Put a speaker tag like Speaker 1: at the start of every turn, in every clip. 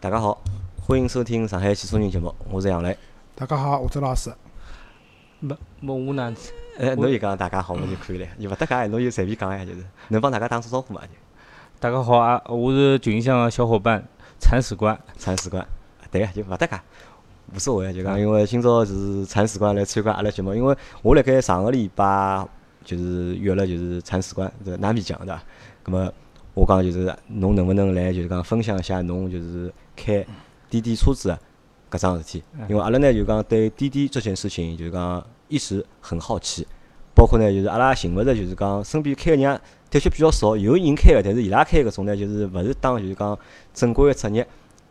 Speaker 1: 大家好，欢迎收听上海汽车人节目，我是杨磊。
Speaker 2: 大家好，我是老师。
Speaker 3: 没没我哪子？
Speaker 1: 哎，侬就讲大家好，我就可以了。伊勿搭界，侬就随便讲呀，就是能帮大家打声招呼嘛？就
Speaker 3: 大家好啊，我是群里向个小伙伴铲屎官。
Speaker 1: 铲屎官，对个，就勿搭界，无所谓。就讲，因为今朝是铲屎官来参加阿拉节目，因为我辣盖上个礼拜就是约了就是铲屎官这纳米酱对伐？咁么我讲就是侬能勿能来就是讲分享一下侬就是开滴滴车子的搿桩事体，因为阿拉呢就讲对滴滴这件事情就是讲一直很好奇，包括呢就是阿拉寻勿着就是讲身边开个人的确比较少，有人开个，但是伊拉开搿种呢就是勿是当就是讲正规个职业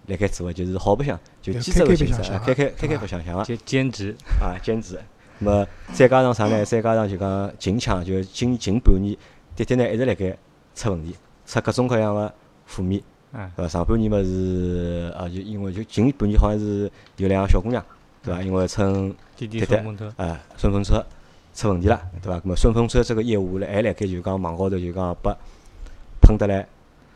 Speaker 1: 辣盖做个，就是好白相就
Speaker 2: 就
Speaker 1: 兼
Speaker 2: 开
Speaker 1: 职个
Speaker 2: 开白
Speaker 1: 性
Speaker 2: 相
Speaker 1: 质，
Speaker 2: 相
Speaker 1: 啊开开
Speaker 2: 啊
Speaker 1: 开开白相相啊。
Speaker 3: 兼兼职，
Speaker 1: 啊，兼职。那么再加上啥呢？再加上就讲近腔，就近近半年，滴滴呢一直辣盖出问题，出各种各样个负面。
Speaker 3: 嗯，
Speaker 1: 呃，上半年嘛是啊，就因为就近半年好像是有两个小姑娘，对伐？因为乘
Speaker 3: 滴
Speaker 1: 对
Speaker 3: 滴
Speaker 1: 对
Speaker 3: 顺风车，
Speaker 1: 啊，顺风车出问题了，对伐？那么顺风车这个业务呢，还辣盖就讲网高头就讲被喷得来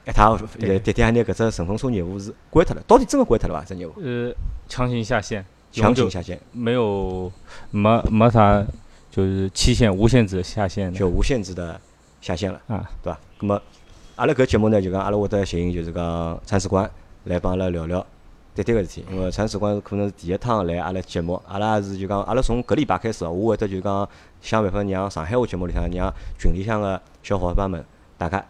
Speaker 1: 一塌糊涂。现在滴滴还拿搿只顺风车业务是关脱了，到底真个关脱了伐？这业务
Speaker 3: 呃，强行下线，
Speaker 1: 强行
Speaker 3: 永久
Speaker 1: 下线，
Speaker 3: 没有没没啥，就是期限无限制下线的
Speaker 1: 就无限制的下线了。
Speaker 3: 啊。
Speaker 1: 对伐？咁么，阿拉搿节目呢，就讲阿拉会得寻就是讲铲屎官来帮阿拉聊聊滴滴个事体，因为铲屎官可能是第一趟来阿拉节目，阿拉也是就讲阿拉从搿礼拜开始啊，我会得就讲想办法让上海话节目里向让群里向个小伙伴们大家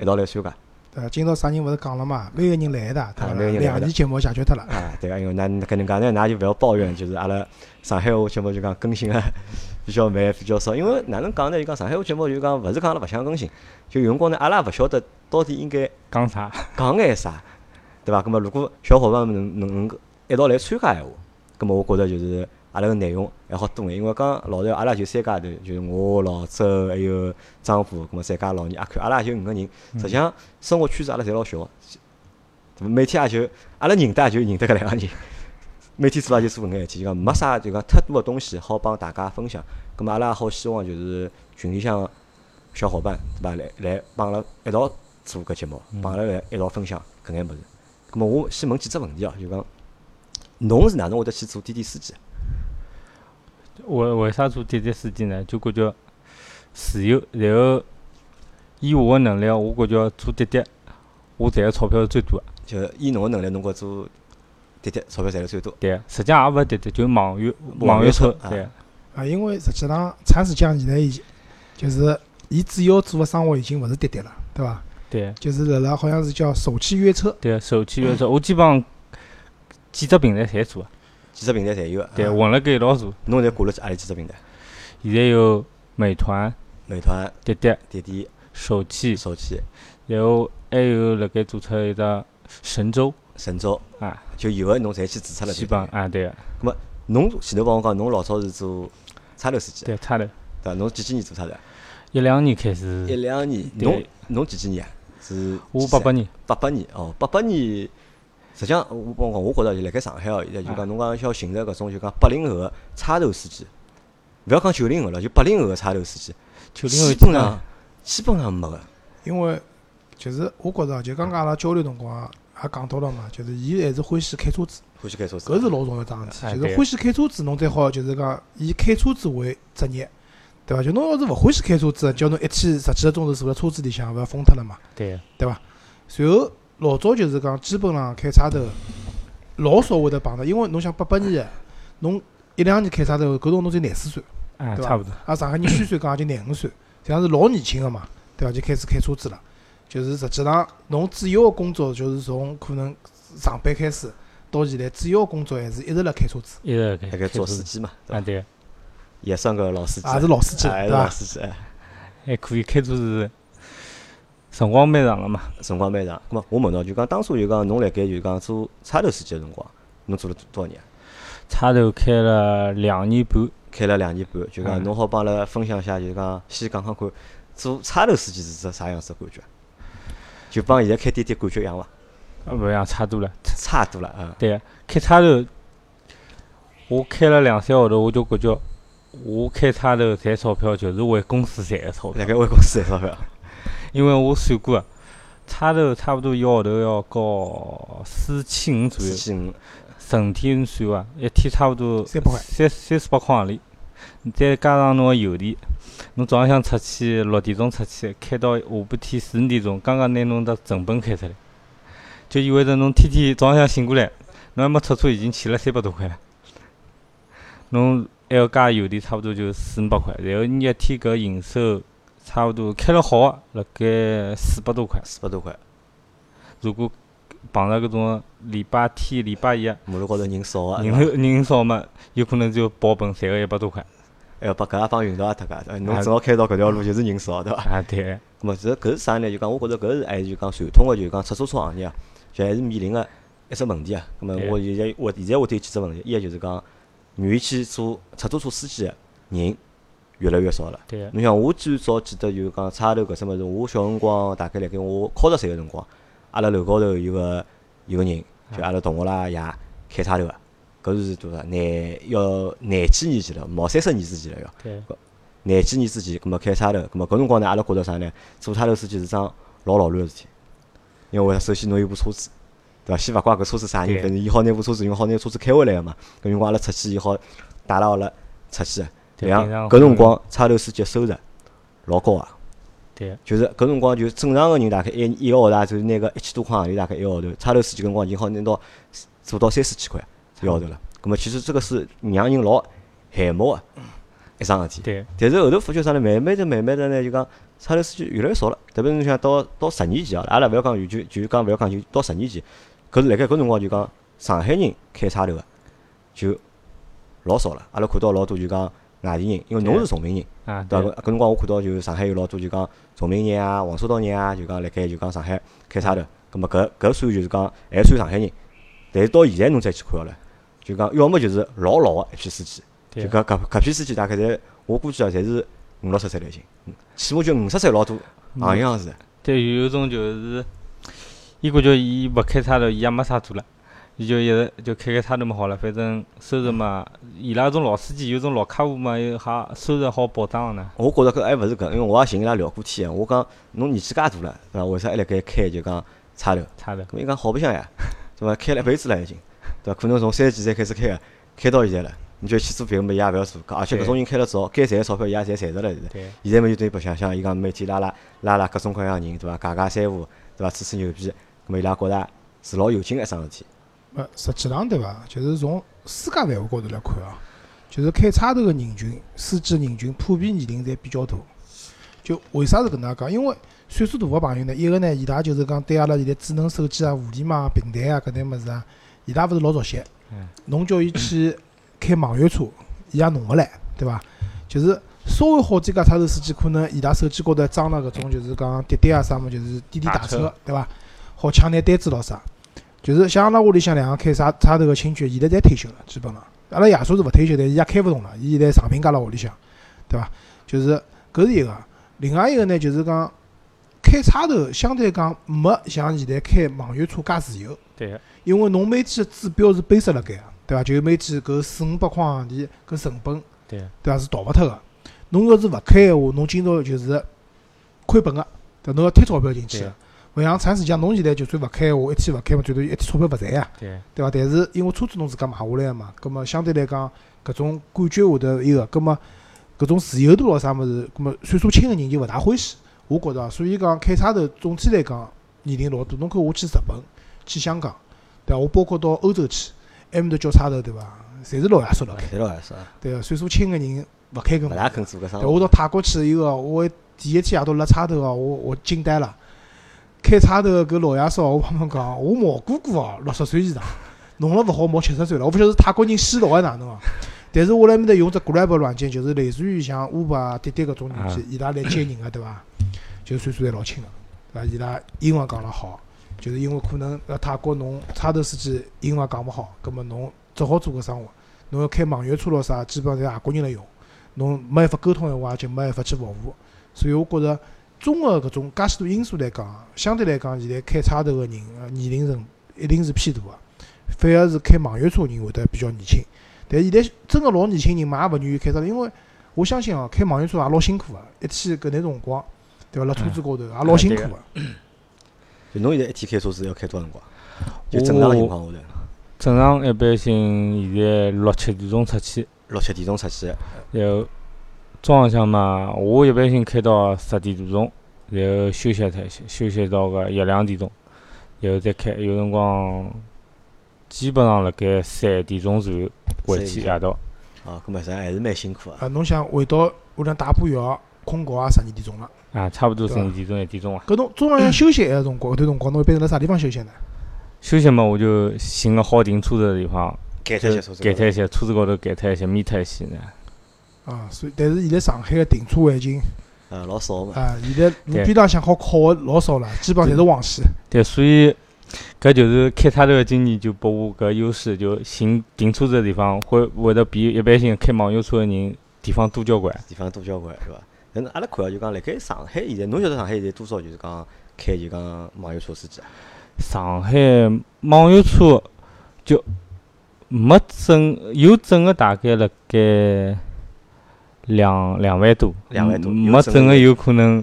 Speaker 1: 一道来参加
Speaker 2: 呃，今朝啥人勿是讲了嘛？每个人来一趟，对伐
Speaker 1: 啊每个人来一趟
Speaker 2: 两期节目解决脱了。
Speaker 1: 啊，对个，因为那搿能介呢，㑚就勿要抱怨，就是阿拉上海话节目就讲更新啊 比较慢，比较少，因为哪能讲呢？就讲上海话节目就讲勿是讲阿拉勿想更新，就有辰光呢，阿拉勿晓得到底应该。
Speaker 3: 讲啥？
Speaker 1: 讲眼啥，对伐？咁么如果小伙伴们能能能够一道来参加闲话，咁么我觉着就是阿拉个内容还好多眼，因为讲老实闲话，阿拉就三家头，就是我老周还有张虎，咁么再加老倪阿看，阿拉也就五个人，实际上生活圈子阿拉侪老小个，对伐每天也就阿拉认得也就认得搿两个人。每天做也就做搿眼事体，就讲没啥就讲太多个东西好帮大家分享。咁么阿拉也好希望就是群里向小伙伴对伐，来来帮阿拉一道做搿节目，
Speaker 3: 嗯
Speaker 1: 帮阿拉来一道分享搿眼物事。咁么我先问几只问题哦，就讲侬是哪能会得去做滴滴司机啊？
Speaker 3: 我为啥做滴滴司机呢？就感觉自由，然后以我个能力，我感觉做滴滴，我赚个钞票是最多个。
Speaker 1: 就以侬个能力，侬觉做滴滴钞票赚得最多？
Speaker 3: 对，实际上也勿是滴滴，就是网约
Speaker 1: 网
Speaker 3: 网
Speaker 1: 约
Speaker 3: 约
Speaker 1: 车
Speaker 3: 车。
Speaker 1: 啊
Speaker 3: 对，
Speaker 2: 啊，因为实际上铲屎匠现在已就是伊主要做个生活已经勿是滴滴了，对伐？
Speaker 3: 对，
Speaker 2: 就是辣辣好像是叫首汽约车，
Speaker 3: 对，手机约车，
Speaker 1: 嗯
Speaker 3: 我基本上几只平台侪做啊。
Speaker 1: 几只平台侪有啊？
Speaker 3: 对，
Speaker 2: 啊
Speaker 3: 混了搿一道做。
Speaker 1: 侬现在挂了阿里几只平台？
Speaker 3: 现在有美团、
Speaker 1: 美团、
Speaker 3: 滴滴、
Speaker 1: 滴滴、
Speaker 3: 手机，
Speaker 1: 手机、
Speaker 3: 然后还有辣盖注册一只神州
Speaker 1: 神州，
Speaker 3: 啊，
Speaker 1: 就有个侬侪去注册了。
Speaker 3: 基本上啊，对个，
Speaker 1: 咁么侬前头帮我讲，侬老早是做差头司机，对
Speaker 3: 对，差头
Speaker 1: 伐？侬几几年做差头？
Speaker 3: 一两年开
Speaker 1: 一
Speaker 3: 始，
Speaker 1: 两年。
Speaker 3: 对
Speaker 1: 侬侬几几年啊？是
Speaker 3: 我
Speaker 1: 几
Speaker 3: 八
Speaker 1: 三
Speaker 3: 八年，
Speaker 1: 八八年哦，八八年，实际上我帮讲，我觉着就辣盖上海哦，现在就讲侬讲要寻着搿种就讲八零后个差头司机，勿要讲九零后了，就八零后个差头司机，
Speaker 3: 九零后
Speaker 1: 基本上基本上没个。
Speaker 2: 因为就是我觉着就刚刚阿拉交流辰光也讲到了嘛，就是伊还是欢喜开车子，
Speaker 1: 欢喜开车子，
Speaker 2: 搿是老重要一桩事
Speaker 3: 哎
Speaker 2: 体。就
Speaker 3: 对
Speaker 2: 是欢喜开车子，侬才好就是讲以开车子为职业，对伐？就侬要是勿欢喜开车子，叫侬一天十几个钟头坐辣车子里向，勿要疯脱了嘛。
Speaker 3: 对，啊
Speaker 2: 对伐？随后老早就是讲，基本上开差头老少会得碰到，因为侬想八八年的，侬一两年开差头，搿辰光侬才廿四岁，
Speaker 3: 啊，
Speaker 2: 对吧
Speaker 3: 差不多，
Speaker 2: 啊，上海人虚岁讲也就廿五岁，实际上是老年轻个嘛，对伐？就开始开车子了，就是实际上侬主要个工作就是从可能上班开始到现在，主要工作还是一直辣开车子，
Speaker 3: 一直开
Speaker 1: 辣盖
Speaker 3: 开
Speaker 1: 做
Speaker 3: 车
Speaker 1: 司机嘛，对
Speaker 3: 啊，
Speaker 1: 伐？
Speaker 3: 对，
Speaker 1: 也算个老司机，
Speaker 2: 也是老司机，
Speaker 1: 啊还
Speaker 2: 对
Speaker 1: 是老
Speaker 2: 伐？
Speaker 1: 司机，哎
Speaker 3: 还可以开车是辰光蛮长了嘛，
Speaker 1: 辰光蛮长。咁么我问侬，就讲当初就讲侬辣盖就讲做差头司机个辰光，侬做了多少年啊？
Speaker 3: 差头开了两年半，
Speaker 1: 开了两年半，就讲
Speaker 3: 嗯
Speaker 1: 侬好帮阿拉分享一下，就讲先讲讲看，做差头司机是只啥样子的感觉？就帮现在开滴滴感觉一样伐？
Speaker 3: 啊，勿一样，差多了，
Speaker 1: 差多了啊！
Speaker 3: 对，开差头，我开了两三个号头，我就感觉我开差头赚钞票就是为公司赚的钞票
Speaker 1: 辣。盖为公司赚钞票，
Speaker 3: 因为我算过啊，差头差不多一个号头要交四千五左
Speaker 1: 四
Speaker 3: 右，
Speaker 1: 千五，
Speaker 3: 成天算伐，一天差不多
Speaker 2: 三百块
Speaker 3: 三三四百块行钿，再加上侬个油钿，侬早浪向出去六点钟出去，开到下半天四五点钟，刚刚拿侬的成本开出来，就意味着侬天天早浪向醒过来，侬还没出车已经欠了三百多块了，侬还要加油钿，差不多就四五百块，然后你一天搿营收差不多开了好个，辣盖四百多块，
Speaker 1: 四百多块，
Speaker 3: 如果碰着搿种礼拜天、礼拜一啊。
Speaker 1: 马路高头人少啊，
Speaker 3: 人
Speaker 1: 对伐
Speaker 3: 头人少嘛，有可能就保本赚个一百多块。
Speaker 1: 还哎要把搿也帮运道也脱个，呃侬
Speaker 3: 啊
Speaker 1: 正好开到搿条路就是人少，对伐？
Speaker 3: 啊，对，
Speaker 1: 咁么，其实搿是啥呢？就讲我觉着搿是还是就讲传统个，就讲出租车行业啊，就还是面临个一只问题啊。咁么，
Speaker 3: 对
Speaker 1: 我现在我现在我对几只问题，一个就是讲愿意去做出租车司机个人越来越少了。
Speaker 3: 对，啊
Speaker 1: 侬想，我最早记得就是讲差头搿只物事，我小辰光大概辣盖我考十岁个辰光，阿拉楼高头有个有个人，就阿拉同学啦爷开差头个，搿是多少？廿要廿几年前了，毛三十年之前了要。
Speaker 3: 对，
Speaker 1: 廿几年之前，葛末开差头，葛末搿辰光呢，阿拉觉着啥呢？做差头司机是桩老劳累个事体，因为首先侬有部车子，对伐？先勿怪搿车子啥人，
Speaker 3: 对
Speaker 1: 反正伊好拿部车子用，好拿车子开回来个嘛。搿辰光阿拉出去，伊好带了阿拉出去。
Speaker 3: 对
Speaker 1: 然后
Speaker 3: 平常
Speaker 1: 搿辰光差头司机的收入老高啊，
Speaker 3: 对，
Speaker 1: 就是搿辰光就是正常个人大概一一个号头啊也就拿个一千多块行钿，大概一个号头。差头司机搿辰光已经好拿到做到三四千块一个号头了。葛末其实这个是让人老羡慕个一桩事体。
Speaker 3: 对，啊
Speaker 1: 但是后头发觉啥呢？慢慢的、慢慢的呢，就讲差头司机越来越少了。特别是侬想到到十年前啊，阿拉勿要讲，就就讲勿要讲，就到十年前，搿是辣盖搿辰光就讲上海人开差头个就老少了。阿拉看到老多就讲外地人，因为侬是崇明人，
Speaker 3: 啊，
Speaker 1: 对伐？
Speaker 3: 对，
Speaker 1: 搿辰光我看到就是上海有老多就讲崇明人啊、黄沙岛人啊，就讲辣盖就讲上海开差头。葛末搿搿算就是讲还算上海人，但是到现在侬再去看好了，就讲要么就是老老个一批司机。就
Speaker 3: 对，啊
Speaker 1: 搿搿搿批司机大概侪，我估计啊，侪是五六十岁了已经，嗯起码就五十岁老多
Speaker 3: 嗯
Speaker 1: 行样是。
Speaker 3: 对，有一种就是，伊感觉伊勿开差头，伊也没啥做了，伊就一直就开开差头嘛好了，反正收入嘛，伊拉种老司机，有种老客户嘛，有哈收入好保障呢。
Speaker 1: 我觉着搿还勿是搿，因为我也寻伊拉聊过天啊。我讲侬年纪介大了，对伐？为啥还辣盖开就讲差头？
Speaker 3: 差头，
Speaker 1: 咁伊讲好白相呀，对伐？开了一辈子了已经，对伐？可能从三十几岁开始开个，开到现在了，你就去做别个么伊也勿要做，而且搿种人开了早，该赚个钞票伊也赚赚着了现在。
Speaker 3: 对，
Speaker 1: 现在嘛就等于白相相，伊讲每天拉拉拉拉各种各样人，对伐？尬尬三胡，对伐？吹吹牛逼，咁么伊拉觉着是老有劲个一桩事体。
Speaker 2: 呃，实际上对伐？就是从世界范围高头来看啊，就是开差头个人群，司机人群普遍年龄侪比较大。就为啥是搿能介讲？因为岁数大个朋友呢，一个呢，伊拉就是讲对阿拉现在智能手机啊、互联网啊、平台啊搿类物事啊，伊拉勿是老熟悉
Speaker 3: 嗯。
Speaker 2: 侬叫伊去开网约车，伊也弄勿来，对伐？就是稍微好几家差头司机，可能伊拉手机高头装了搿种，就是讲滴滴啊啥么，就是滴滴
Speaker 3: 打
Speaker 2: 打
Speaker 3: 车
Speaker 2: 车，对伐？好抢眼单子咯啥。就是像阿拉屋里向两个开差差头个亲戚，现在侪退休了，基本上。阿拉爷叔是勿退休的，伊也开勿动了，伊现在长平家辣屋里向，对伐？就是搿是一个。另外一个呢，就是讲开差头相对讲没像现在开网约车介自由，
Speaker 3: 对，啊
Speaker 2: 因为侬每天的指标是背设辣盖个，啊对伐？就每天搿四五百块行钿搿成本，
Speaker 3: 对，啊
Speaker 2: 对伐？是逃勿脱个。侬要是勿开个话，侬今朝就是亏本个，对伐？侬要贴钞票进去
Speaker 3: 对
Speaker 2: 个。勿像长时间，侬现在就算勿开个话，一天勿开嘛，最多一天钞票勿赚啊呀。
Speaker 3: 对，啊
Speaker 2: 对伐？但是因为车子侬自家买下来个嘛，葛么相对来讲，搿种感觉会得有个，葛么搿种自由度咯啥物事，葛么岁数轻个人就勿大欢喜。我觉着啊，所以讲开差头总体来讲年龄老大。侬看我去日本、去香港，对伐？我包括到欧洲去，埃面头叫差头对伐？侪是老爷叔辣开，
Speaker 1: 对了，是啊伐？
Speaker 2: 对伐？岁数轻个人勿开搿
Speaker 1: 勿
Speaker 2: 物
Speaker 1: 大
Speaker 2: 事。
Speaker 1: 肯做搿生
Speaker 2: 对，我
Speaker 1: 活。
Speaker 2: 到泰国去以后，我第一天夜到辣差头啊，我我惊呆了。开差头搿老爷叔啊，我帮侬讲，我毛哥哥哦，六十岁以上，弄了勿好毛七十岁了。我勿晓得是泰国人洗脑还是哪能啊。但是我辣埃面搭用只 Grab 软件，就是类似于像 Uber 啊、滴滴搿种软件，伊拉来接人啊个，对伐？就岁数侪老轻个，对伐？伊拉英文讲了好，就是因为可能辣泰国侬差头司机英文讲勿好，葛末侬只好做搿生活。侬要开网约车咯啥，基本上侪外国人来用。侬没办法沟通的话，就没办法去服务。所以我觉着，综合搿种介许多因素来讲啊，相对来讲，现在开差头个人呃年龄层一定是偏大个，啊反而是开网约车个人会得比较年轻。但现在真个老年轻人嘛，也勿愿意开车，因为我相信哦，开网啊约车也老辛苦个，一天搿眼辰光，对伐？辣车子高头也老辛苦个。
Speaker 1: 就侬现在一天开车子要开多少辰光？就正常情况下头，
Speaker 3: 正常一般性现在六七点钟出去，
Speaker 1: 六七点钟出去，
Speaker 3: 然后中浪向嘛，我一般性开到十点多钟，然后休息一脱，休息到个一两点钟，然后再开。有辰光基本上辣盖三点钟左右回去
Speaker 1: 三点
Speaker 3: 夜到。
Speaker 1: 啊，搿么实际上还是蛮辛苦啊。
Speaker 2: 啊，侬想回到屋里向打把药，困觉也十二点钟了。
Speaker 3: 啊，差不多
Speaker 2: 对
Speaker 3: 十
Speaker 2: 吧
Speaker 3: 二点钟一点钟啊。
Speaker 2: 搿侬中浪向休息一个辰光，搿段辰光侬一般是辣啥地方休息呢？
Speaker 3: 休息嘛，我就寻个好停车子的地方，
Speaker 1: 改脱
Speaker 3: 就
Speaker 1: 一些车子，
Speaker 3: 改脱一些，车子高头改脱一些，眯脱一些呢。
Speaker 2: 啊，所以但是现在上海个停车环境
Speaker 1: 呃，老少
Speaker 3: 嗯
Speaker 1: 嘛。
Speaker 2: 啊，现在路边浪向好靠个老少了，基本上侪是黄线。
Speaker 3: 对，所以搿就是开差头个经验，就拨我搿优势，就寻停车子个地方会会得比一般性开网约车个人地方多交关。
Speaker 1: 地方多交关，对伐？但是阿拉看啊，就讲辣盖上海现在，侬晓得上海现在多少就是讲开就讲网约车司机啊？
Speaker 3: 上海网约车就没整，有整个大概辣盖两两万多，
Speaker 1: 两万多
Speaker 3: 嗯
Speaker 1: 有
Speaker 3: 没
Speaker 1: 整
Speaker 3: 整
Speaker 1: 个
Speaker 3: 个有可能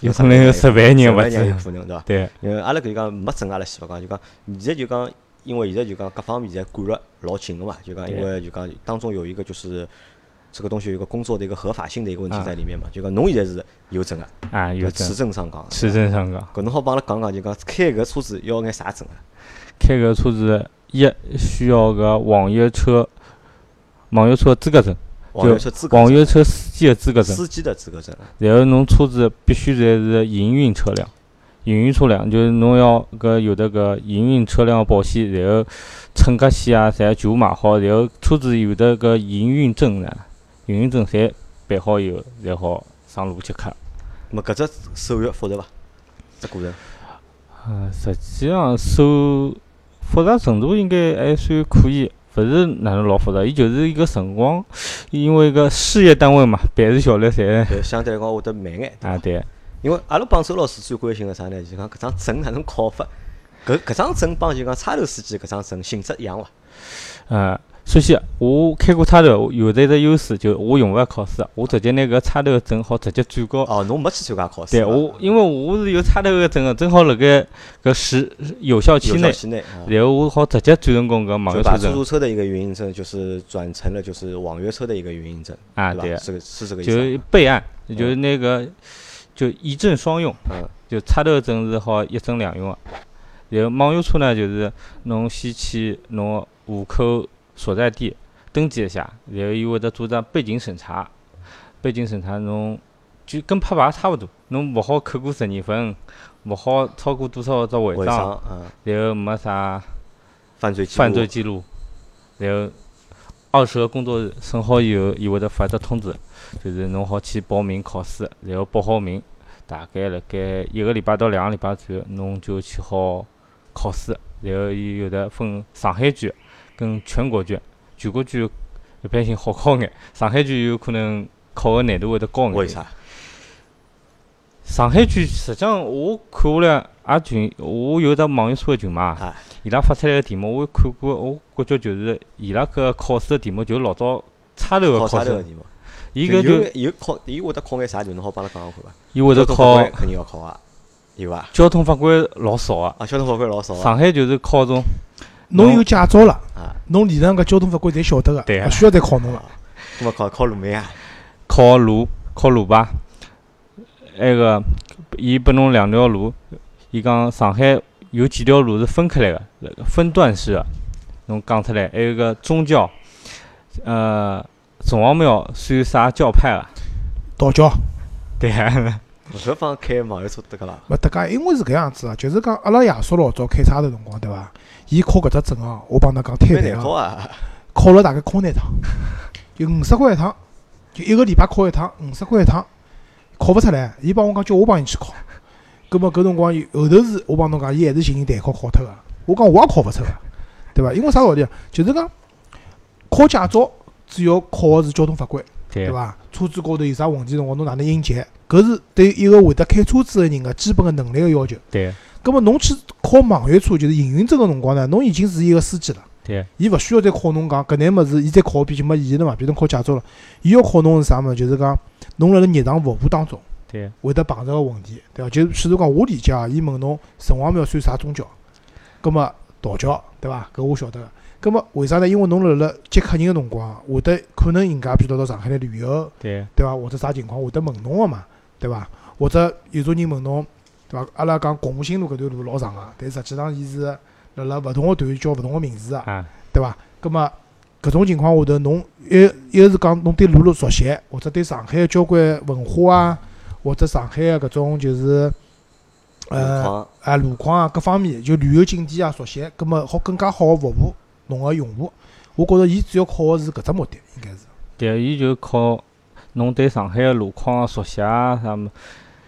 Speaker 3: 有可能有十万
Speaker 1: 人
Speaker 3: 人
Speaker 1: 勿
Speaker 3: 勿
Speaker 1: 有
Speaker 3: 止，
Speaker 1: 可能对伐？
Speaker 3: 对
Speaker 1: 因为阿拉搿就讲没整阿拉先勿讲，就讲现在就讲，因为现在就讲各方面侪管了老紧个嘛，就讲因
Speaker 3: 对
Speaker 1: 为就讲当中有一个就是这个东西有一个工作的一个合法性的一个问题在里面嘛，就讲侬现在是有证个，
Speaker 3: 啊有
Speaker 1: 就
Speaker 3: 整
Speaker 1: 持，证上岗，
Speaker 3: 持证上岗。
Speaker 1: 搿侬好帮阿拉讲讲，就讲开搿车子要眼啥证啊？
Speaker 3: 开搿车子一需要个网约车网约车资格证。
Speaker 1: 网约车资格证，
Speaker 3: 网约车司机的资格证，
Speaker 1: 司机的资格证啊，
Speaker 3: 然后侬车子必须侪是营运车辆，营运车辆就是侬要搿有的搿营运车辆的保险，然后乘客险啊，侪全部买好，然后车子有的搿营运证呢，营运证侪办好以后，然后上路去开。
Speaker 1: 咹搿只手续复杂伐？只过程
Speaker 3: 呃，实际上手复杂程度应该还算可以，勿是哪能老复杂，伊就是一个辰光，因为搿事业单位嘛，办事效率侪
Speaker 1: 呃相对来讲会得慢眼，
Speaker 3: 啊对。
Speaker 1: 因为阿拉帮周老师最关心个啥呢？就讲搿张证哪能考法？搿搿张证帮就讲差头司机搿张证性质一样伐？
Speaker 3: 呃，首先我开过差头，有得一只优势，就我用勿着考试，我直接拿搿差头个证号直接转交。
Speaker 1: 哦，侬没去参加考试
Speaker 3: 对
Speaker 1: 伐？
Speaker 3: 我，因为我是有差头个证个，正好辣盖搿时有效期
Speaker 1: 有
Speaker 3: 内
Speaker 1: 效，期内，啊
Speaker 3: 然后我好直接转成功搿网
Speaker 1: 就
Speaker 3: 约
Speaker 1: 把
Speaker 3: 车
Speaker 1: 出
Speaker 3: 证
Speaker 1: 租车的一个运营证，就是转成了就是网约车的一个运营证，
Speaker 3: 啊，
Speaker 1: 对
Speaker 3: 对
Speaker 1: 吧？，是个是这个意思
Speaker 3: 就备案，就是那个就一证双用，
Speaker 1: 吧。嗯，
Speaker 3: 就差头个证是好一证两用个。然后网约车呢，就是侬先去侬户口所在地登记一下，然后伊会得做张背景审查。背景审查侬就跟拍牌差勿多，侬勿好扣过十二分，勿好超过多少只违
Speaker 1: 违
Speaker 3: 章，
Speaker 1: 章，嗯，
Speaker 3: 然后没啥
Speaker 1: 犯罪记录，
Speaker 3: 犯罪记录，然后二十个工作日审好以后，伊会得发一只通知，就是侬好去报名考试，然后报好名，大概辣盖一个礼拜到两个礼拜左右，侬就去好考试，然后伊有的分上海卷跟全国卷，全国卷一般性好考眼，上海卷有可能考个难度会得高眼。
Speaker 1: 为啥？
Speaker 3: 上海卷实际上我看下来也群，我有只网约车个群嘛
Speaker 1: 啊，
Speaker 3: 伊拉发出来个题目我看过，我感觉就是伊拉搿个考试个题目就是老早差头个
Speaker 1: 考啥哦
Speaker 3: 考
Speaker 1: 头
Speaker 3: 试
Speaker 1: 个，题目？
Speaker 3: 伊
Speaker 1: 就
Speaker 3: 搿就
Speaker 1: 有有考，伊会得考眼啥题目？侬好帮阿拉讲讲看伐？
Speaker 3: 伊会得
Speaker 1: 交通法
Speaker 3: 考
Speaker 1: 规肯定要考啊，有伐？
Speaker 3: 交通法规老少个，
Speaker 1: 啊，交通法规老少啊，
Speaker 3: 上海就是考种
Speaker 2: 侬有驾照了
Speaker 1: 啊，
Speaker 2: 侬理论上搿交通法规侪晓得个，
Speaker 3: 对啊
Speaker 2: 勿需要再考侬了。
Speaker 1: 那么考考路面啊，
Speaker 3: 考路考路牌，埃个伊拨侬两条路，伊讲上海有几条路是分开来个，分段式个，侬讲出来，还有个宗教，呃，城隍庙算啥教派啊？
Speaker 2: 道教
Speaker 3: 对啊，
Speaker 1: 搿方开网约车得个伐？
Speaker 2: 勿搭界，因为是搿样子啊，就是讲阿拉爷叔老早开差头辰光，对伐？伊考搿只证啊，我帮㑚讲太
Speaker 1: 蛮
Speaker 2: 难
Speaker 1: 难考
Speaker 2: 了，
Speaker 1: 啊，
Speaker 2: 考了大概考廿趟，就五十块一趟，就一个礼拜考一趟，五十块一趟，考勿出来，伊帮我讲叫我帮伊去考。葛末搿辰光后头是我帮侬讲，伊还是寻伊代考考脱个。我讲我也考勿出个，对伐？因为啥道理啊？就是讲考驾照主要考个是交通法规。
Speaker 3: 对啊
Speaker 2: 对伐？车子高头有啥问题辰光，侬哪能应急？搿是对一个会得开车子个人个基本个能力个要求。
Speaker 3: 对啊
Speaker 2: 葛末侬去考网约车，就是营运证个辰光呢，侬已经是一个司机了，
Speaker 3: 对啊
Speaker 2: 伊勿需要再考侬讲搿眼物事，伊再考一遍就没意义了嘛，变成考驾照了。伊要考侬是啥物事？就是讲侬辣辣日常服务当中，
Speaker 3: 对，啊
Speaker 2: 会得碰着个问题，对伐？就譬如讲，我理解啊，伊问侬城隍庙算啥宗教，葛末道教，对伐？搿我晓得个。葛末为啥呢？因为侬辣辣接客人个辰光，啊会得可能人家譬如到上海来旅游，
Speaker 3: 对，啊
Speaker 2: 对伐？或者啥情况会得问侬个嘛，对伐？或者有种人问侬，对伐？阿拉讲拱湖新路搿段路老长个、但实际上伊是辣辣勿同个段叫勿同个名字个、
Speaker 3: 啊，
Speaker 2: 对伐？葛末搿种情况下头，侬一一个是讲侬对路路熟悉，或者对上海的交关文化啊，或者上海的搿种就是
Speaker 1: 路
Speaker 2: 呃
Speaker 1: 况
Speaker 2: 啊路况啊各方面，就旅游景点啊熟悉，葛末好更加好个服务侬个用户。我觉着伊主要靠个是搿只目的，应该是。
Speaker 3: 对，啊伊就靠侬对上海个路况啊、熟悉啊啥么，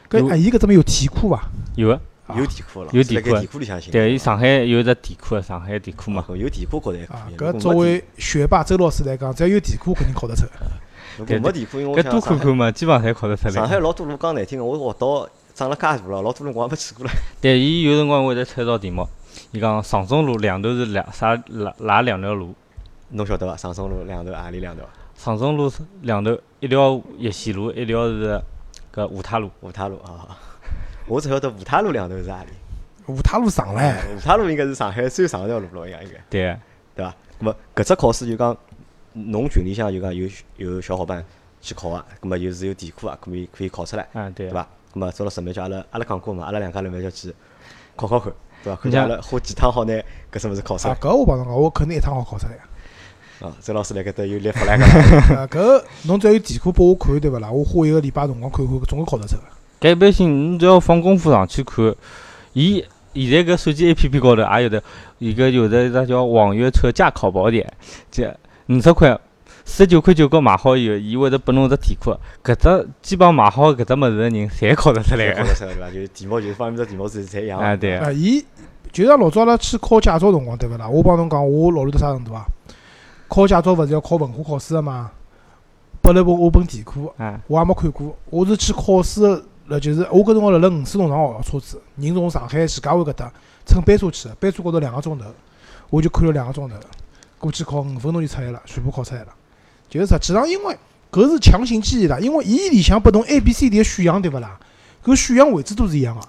Speaker 2: 搿
Speaker 3: 有
Speaker 2: 啊，伊搿只么有地库伐？
Speaker 3: 有个，
Speaker 2: 啊
Speaker 1: 有地库了，
Speaker 3: 有
Speaker 1: 是辣
Speaker 3: 地
Speaker 1: 盖
Speaker 3: 库
Speaker 1: 地库里向寻的。
Speaker 3: 对，伊上海有只地库个，上海地库嘛
Speaker 1: 啊，，有地库觉得还可
Speaker 2: 啊，
Speaker 1: 以。
Speaker 2: 搿
Speaker 1: 如果
Speaker 2: 作
Speaker 1: 没
Speaker 2: 为学霸周老师来讲，只要有地库肯定考得出。
Speaker 1: 如果
Speaker 3: 对
Speaker 1: 没地库，因为我
Speaker 3: 搿
Speaker 1: 想
Speaker 3: 多看
Speaker 1: 上
Speaker 3: 看嘛，基本上侪考得出
Speaker 1: 海上海
Speaker 3: 来。
Speaker 1: 老多路讲难听个，我学到长了介大了，老多路我也没去过了。
Speaker 3: 对，伊有辰光会得出一道题目，伊讲上中路两头是两啥哪哪两条路？
Speaker 1: 侬晓得伐？长松路两头，何里两头？
Speaker 3: 上中路是两头一条叶县路，一条是搿五塔路。
Speaker 1: 五塔路啊， 我只晓得五塔路两头是何里。
Speaker 2: 五塔路上来，
Speaker 1: 五塔路应该是上海最长一条路了，应该应该
Speaker 3: 对，
Speaker 1: 对伐？那么搿只考试就讲，侬群里向就讲有有小伙伴去考啊，那么又是有地库啊，可以可以考出来，
Speaker 3: 嗯对
Speaker 1: 对。伐？那么周老师，么叫阿拉阿拉讲过嘛，阿拉两家人么叫去考考看，对伐？看
Speaker 3: 你
Speaker 1: 叫阿
Speaker 3: 像
Speaker 1: 拉花几趟好拿搿只物事考出
Speaker 2: 啊
Speaker 1: 来，
Speaker 2: 搿我帮侬讲，我肯定一趟好考出来。
Speaker 1: 啊！周老师辣搿搭有立法来讲，
Speaker 2: 啊，搿侬只要有地库拨我看，对勿啦？我花一个礼拜辰光看看，搿总归考得出个。
Speaker 3: 搿一般性，侬只要放功夫上去看，伊现在搿手机 A P P 高头也有的，伊搿有的一只叫网约车驾考宝典，这五十块。四十九块九角买好以后，伊会得拨侬只题库，搿只基本上买好搿只物事个人，侪考得出来
Speaker 1: 考
Speaker 3: 个。
Speaker 1: 得出来对伐？就是题目就是方面只题目是侪一样的
Speaker 3: 啊， 对，
Speaker 2: 啊，伊就像老早阿拉去考驾照辰光，对勿啦？我帮侬讲，我老乱到啥程度啊？考驾照勿是要考文化考试个嘛？拨了本我本地库，
Speaker 3: 啊，
Speaker 2: 我也没看过。我是去考试的，辣就是我搿辰光辣辣五四弄堂学车子，人从上海徐家汇搿搭乘班车去的，班车高头两个钟头，我就看了两个钟头，过去考五分钟就出来了，全部考出来了。就是实际上因为搿是强行记忆的，因为伊里向拨侬 A、B、C、D 的选项对勿啦？搿选项位置都是一样个、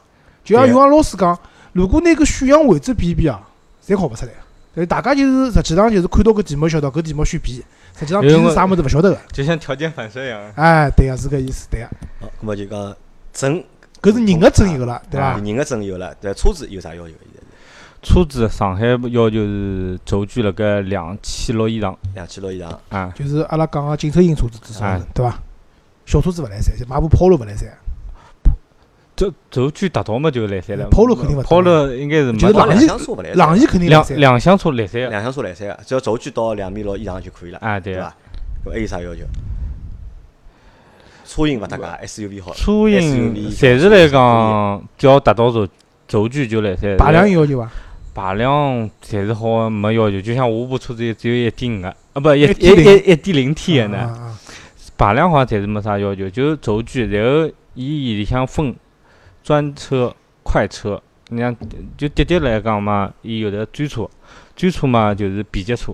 Speaker 2: 就像
Speaker 3: 对
Speaker 2: 有像老师讲，如果拿搿选项位置比一比啊，侪考勿出来。但是大家就是实际上就是看到搿题目晓得搿题目选 B，实际上 B
Speaker 3: 因为
Speaker 2: 是啥物事勿晓得个。
Speaker 3: 就像条件反射一样。
Speaker 2: 哎，对个、是搿意思，对个、
Speaker 1: 好，啊那么就讲证，
Speaker 2: 搿是人个真有
Speaker 3: 哎
Speaker 2: 了，对伐？
Speaker 1: 人个证有了，对伐车子有啥要求？现在
Speaker 3: 车子上海要求是轴距辣盖两千六以上
Speaker 1: 两千六以上，
Speaker 3: 啊，
Speaker 2: 就是阿拉讲个进口型车子，至少是
Speaker 3: 哎
Speaker 2: 对伐？小车子勿来三，买部 Polo 勿来三，
Speaker 3: 轴轴距达到嘛就来三了。
Speaker 2: Polo 肯定勿达到
Speaker 3: ，Polo 应该
Speaker 2: 就
Speaker 3: 是没
Speaker 2: 是
Speaker 3: 达
Speaker 1: 往
Speaker 3: 到
Speaker 2: 冷
Speaker 1: 两厢车勿来三，
Speaker 2: 朗逸肯定来
Speaker 3: 哎两
Speaker 2: 三。
Speaker 3: 两厢车来三个
Speaker 1: 两厢车来三个，只要轴距到两米六以上就可以了。
Speaker 3: 啊，对
Speaker 1: 伐？搿还有啥要求？车型勿搭界，SUV 好了。
Speaker 3: 初音
Speaker 1: SUV
Speaker 3: 暂时来讲，只要达到轴轴距就来三。
Speaker 2: 排量有要求伐？
Speaker 3: 排量暂时好像没要求，就像我部车子也只有一点五个，啊不一一
Speaker 2: 1.0
Speaker 3: 一一点零 T 个
Speaker 2: 啊
Speaker 3: 呢，
Speaker 2: 啊啊
Speaker 3: 排量好像暂时没啥要求，就是轴距，然后伊里向分专车、快车，你像就滴滴来讲嘛，伊有的专车，专车嘛就是 B 级车，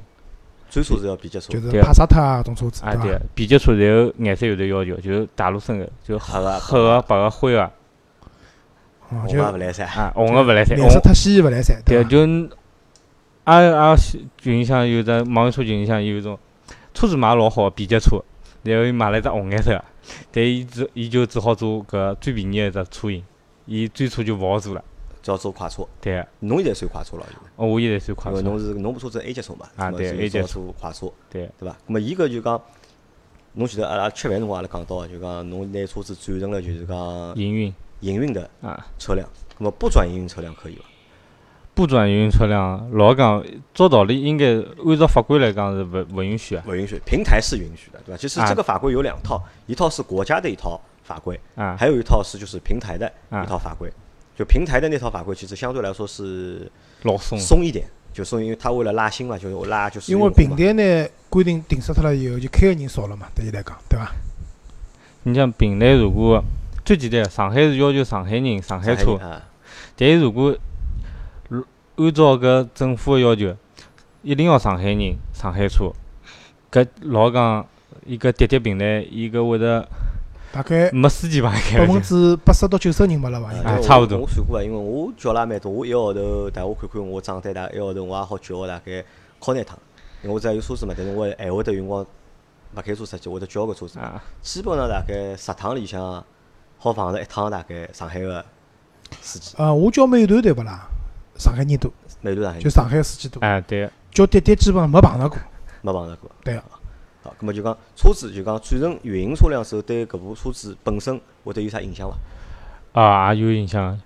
Speaker 1: 专车是要 B 级车
Speaker 2: 就，是
Speaker 3: 对
Speaker 2: 帕萨特啊，搿种车子
Speaker 3: 啊
Speaker 2: 伐？
Speaker 3: 对，B 级车，然后颜色有的要求，就是大陆生个，就黑
Speaker 1: 黑个
Speaker 3: 黑个、白个、灰个
Speaker 2: 啊，
Speaker 1: 红
Speaker 2: 就
Speaker 1: 个勿来三，
Speaker 3: 啊，红个勿来三，
Speaker 2: 颜
Speaker 3: 红
Speaker 2: 色特西勿来三，
Speaker 1: 啊
Speaker 3: 对，啊
Speaker 2: 伐？
Speaker 3: 就啊俺俺群里向有的网约车群里向有一种车子买老好便捷车，然后伊买了一只红颜色的，但伊只伊就只好做搿最便宜的一只车型，伊专车就勿好做了。
Speaker 1: 就要做快车。
Speaker 3: 对，
Speaker 1: 侬现在算快车了，
Speaker 3: 哦，我现在算快
Speaker 1: 因为
Speaker 3: 车
Speaker 1: 侬，是侬部车子 A 级车嘛，
Speaker 3: 啊
Speaker 1: 那么
Speaker 3: 对
Speaker 1: 就是
Speaker 3: A 级车
Speaker 1: 做做快车，
Speaker 3: 对啊
Speaker 1: 对伐？那么伊搿就讲，侬记得阿拉吃饭辰光阿拉讲到，就讲侬拿车子转成了就是讲
Speaker 3: 营运
Speaker 1: 营运的
Speaker 3: 啊，
Speaker 1: 车辆，那么不转营运车辆可以伐？
Speaker 3: 不转营运车辆，老实讲照道理应该按照法规来讲是勿勿允许啊。
Speaker 1: 不允许，平台是允许的，对吧？其实这个法规有两套，一套是国家的一套法规，
Speaker 3: 啊
Speaker 1: 还有一套是就是平台的
Speaker 3: 啊
Speaker 1: 一套法规。就平台的那套法规，其实相对来说是
Speaker 3: 老松，
Speaker 1: 松一点，就松，因为它为了拉新嘛，就是我拉就是
Speaker 2: 因为
Speaker 1: 用户
Speaker 2: 平
Speaker 1: 嘛
Speaker 2: 台呢规定定死脱了以后，就开个人少了嘛，对伊来讲，对伐？
Speaker 3: 你像平台如果最简单，上海是要求上海人、上海
Speaker 1: 上海
Speaker 3: 车
Speaker 1: 人，啊，
Speaker 3: 但是如果如按照搿政府个要求，一定要上海人、上海车，搿老实讲伊搿滴滴平台伊搿会得
Speaker 2: 大概
Speaker 3: 没司机帮伊嗯开
Speaker 2: 百
Speaker 3: 了
Speaker 2: 分
Speaker 3: 就。
Speaker 2: 之八十到九十人没了吧？应
Speaker 3: 啊
Speaker 2: 该
Speaker 1: 哎
Speaker 3: 差不多
Speaker 1: 我算过啊，因为我叫了蛮多，我一个号头，但我看看我账单，大概一个号头我也好叫大概敲廿趟，因为我只要有车子嘛，但是我还会得有辰光勿开车出去，我会得叫个车子，
Speaker 3: 啊，
Speaker 1: 基本上大概十趟里向好碰着一趟大概上海个司机，
Speaker 2: 呃，我叫美团对勿啦？上海人多，
Speaker 1: 每段上海
Speaker 2: 就上海司机多，
Speaker 3: 哎，对，
Speaker 2: 叫滴滴基本上没碰着过。
Speaker 1: 没碰着过。
Speaker 2: 对啊，
Speaker 1: 好，咁么就讲车子就讲转成运营车辆之后，对搿部车子本身会得有啥影响伐？
Speaker 3: 啊，也有影响。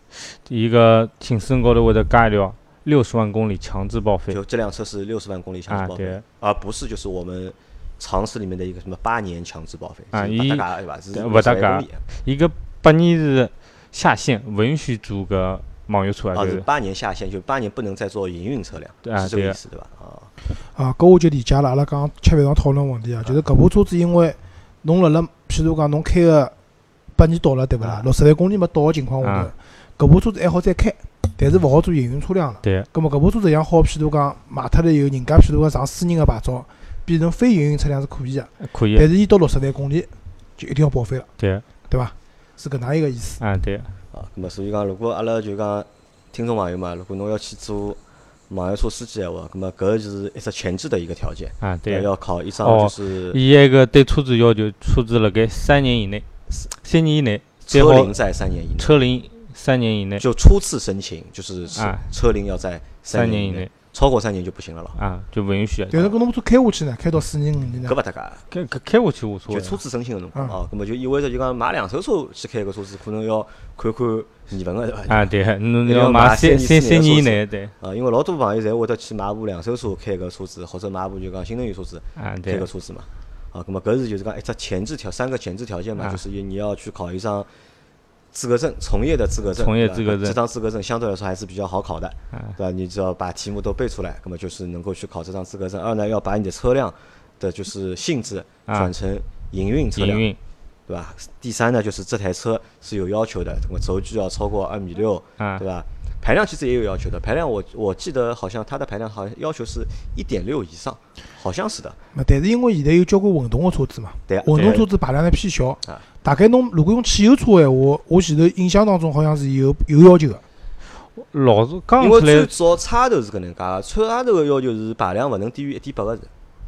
Speaker 3: 一个请示高头会得加一条六十万公里强制报废
Speaker 1: 就这辆车是六十万公里强
Speaker 3: 啊
Speaker 1: 制，报废
Speaker 3: 对，，
Speaker 1: 而不是就是我们常识里面的一个什么八年强制报废，
Speaker 3: 啊
Speaker 1: 是
Speaker 3: 伊
Speaker 1: 勿搭界对伐？是
Speaker 3: 对
Speaker 1: 不
Speaker 3: 勿搭界一个八年是下限，勿允许租搿网约车啊，
Speaker 1: 啊，
Speaker 3: 就是是
Speaker 1: 八年下限，就八年不能再做营运车
Speaker 3: 对
Speaker 1: 辆，
Speaker 3: 啊
Speaker 1: 是这个
Speaker 3: 对
Speaker 1: 意
Speaker 3: 啊
Speaker 1: 思对伐？啊，
Speaker 2: 啊，搿我就理解了。阿拉刚刚吃饭上讨论问题啊，就是搿部车子，因为侬辣辣，譬如讲侬开个八年到了，对勿啦
Speaker 1: 啊？
Speaker 2: 六十万公里没到个情况下头，搿部车子还好再开，但是勿好做营运车辆了。
Speaker 3: 对
Speaker 2: 葛末搿部车子一样好，譬如讲卖脱了以后，人家譬如讲上私人个牌照，变成非营运车辆是可以个，
Speaker 3: 可以
Speaker 2: 但，是伊到六十万公里就一定要报废了，
Speaker 3: 对，
Speaker 2: 对伐？是搿能一个意思。
Speaker 3: 啊对，
Speaker 1: 啊，咁么所以讲，如果阿拉就讲听众朋友嘛，如果侬要去做网约车司机的话，咁么搿是一只前置的一个条件，
Speaker 3: 啊对。
Speaker 1: 哎要考一张
Speaker 3: 哦
Speaker 1: 就是
Speaker 3: 伊埃个对车子要求，车子辣盖三年以内，三年以内最
Speaker 1: 车
Speaker 3: 好
Speaker 1: 龄在三年以内，
Speaker 3: 车龄三年以内，
Speaker 1: 就初次申请就是车
Speaker 3: 哎啊
Speaker 1: 车龄要在
Speaker 3: 三
Speaker 1: 年
Speaker 3: 年以
Speaker 1: 内
Speaker 3: 内，
Speaker 1: 超过三年就不行了咯，
Speaker 3: 啊就勿允许。
Speaker 2: 但是搿侬车开下去呢，开到四年五年呢
Speaker 1: 搿，勿搭界。
Speaker 3: 开开开下去无所
Speaker 1: 就
Speaker 3: 谓。
Speaker 1: 初次申请个辰光
Speaker 2: 嗯
Speaker 1: 哦，咁么就意味着就讲买两手车去开个车子，可能要看看年份个对伐？
Speaker 3: 啊对，侬
Speaker 1: 一定要
Speaker 3: 要
Speaker 1: 买
Speaker 3: 买
Speaker 1: 三
Speaker 3: 三
Speaker 1: 年
Speaker 3: 三
Speaker 1: 四
Speaker 3: 三
Speaker 1: 年的
Speaker 3: 年以
Speaker 1: 车
Speaker 3: 内对，
Speaker 1: 啊，因为老多朋友侪会得去买部两手车开个车子，或者买部就讲新能源车子
Speaker 3: 啊
Speaker 1: 开
Speaker 3: 对
Speaker 1: 个，车子嘛。啊，咁么搿是就是讲一只前置条，三个前置条件嘛，
Speaker 3: 啊
Speaker 1: 就是你要去考一张资格证，从业的资格证，
Speaker 3: 从业
Speaker 1: 对吧
Speaker 3: 资格证
Speaker 1: 这张资格证相对来说还是比较好考的，
Speaker 3: 啊
Speaker 1: 对吧？你只要把题目都背出来，那么就是能够去考这张资格证。二呢，要把你的车辆的就是性质
Speaker 3: 啊
Speaker 1: 转成营运车辆
Speaker 3: 营，运
Speaker 1: 对吧？第三呢，就是这台车是有要求的，那么轴距要超过二米六，
Speaker 3: 啊
Speaker 1: 对吧？排量其实也有要求的，排量我我记得好像它的排量好像要求是一点六以上，好像是的。
Speaker 2: 嘛但是因为现在有交关混动个车子嘛，
Speaker 1: 对啊，
Speaker 2: 混动
Speaker 1: 对
Speaker 2: 车子排量呢偏小
Speaker 1: 啊，
Speaker 2: 大概侬如果用汽油车个闲话，我前头印象当中好像是有有要求个，
Speaker 3: 老是刚
Speaker 1: 因
Speaker 3: 出
Speaker 1: 为最
Speaker 3: 来
Speaker 1: 早插头是搿能介啊的，插头的要求是排量勿能低于一点八个是。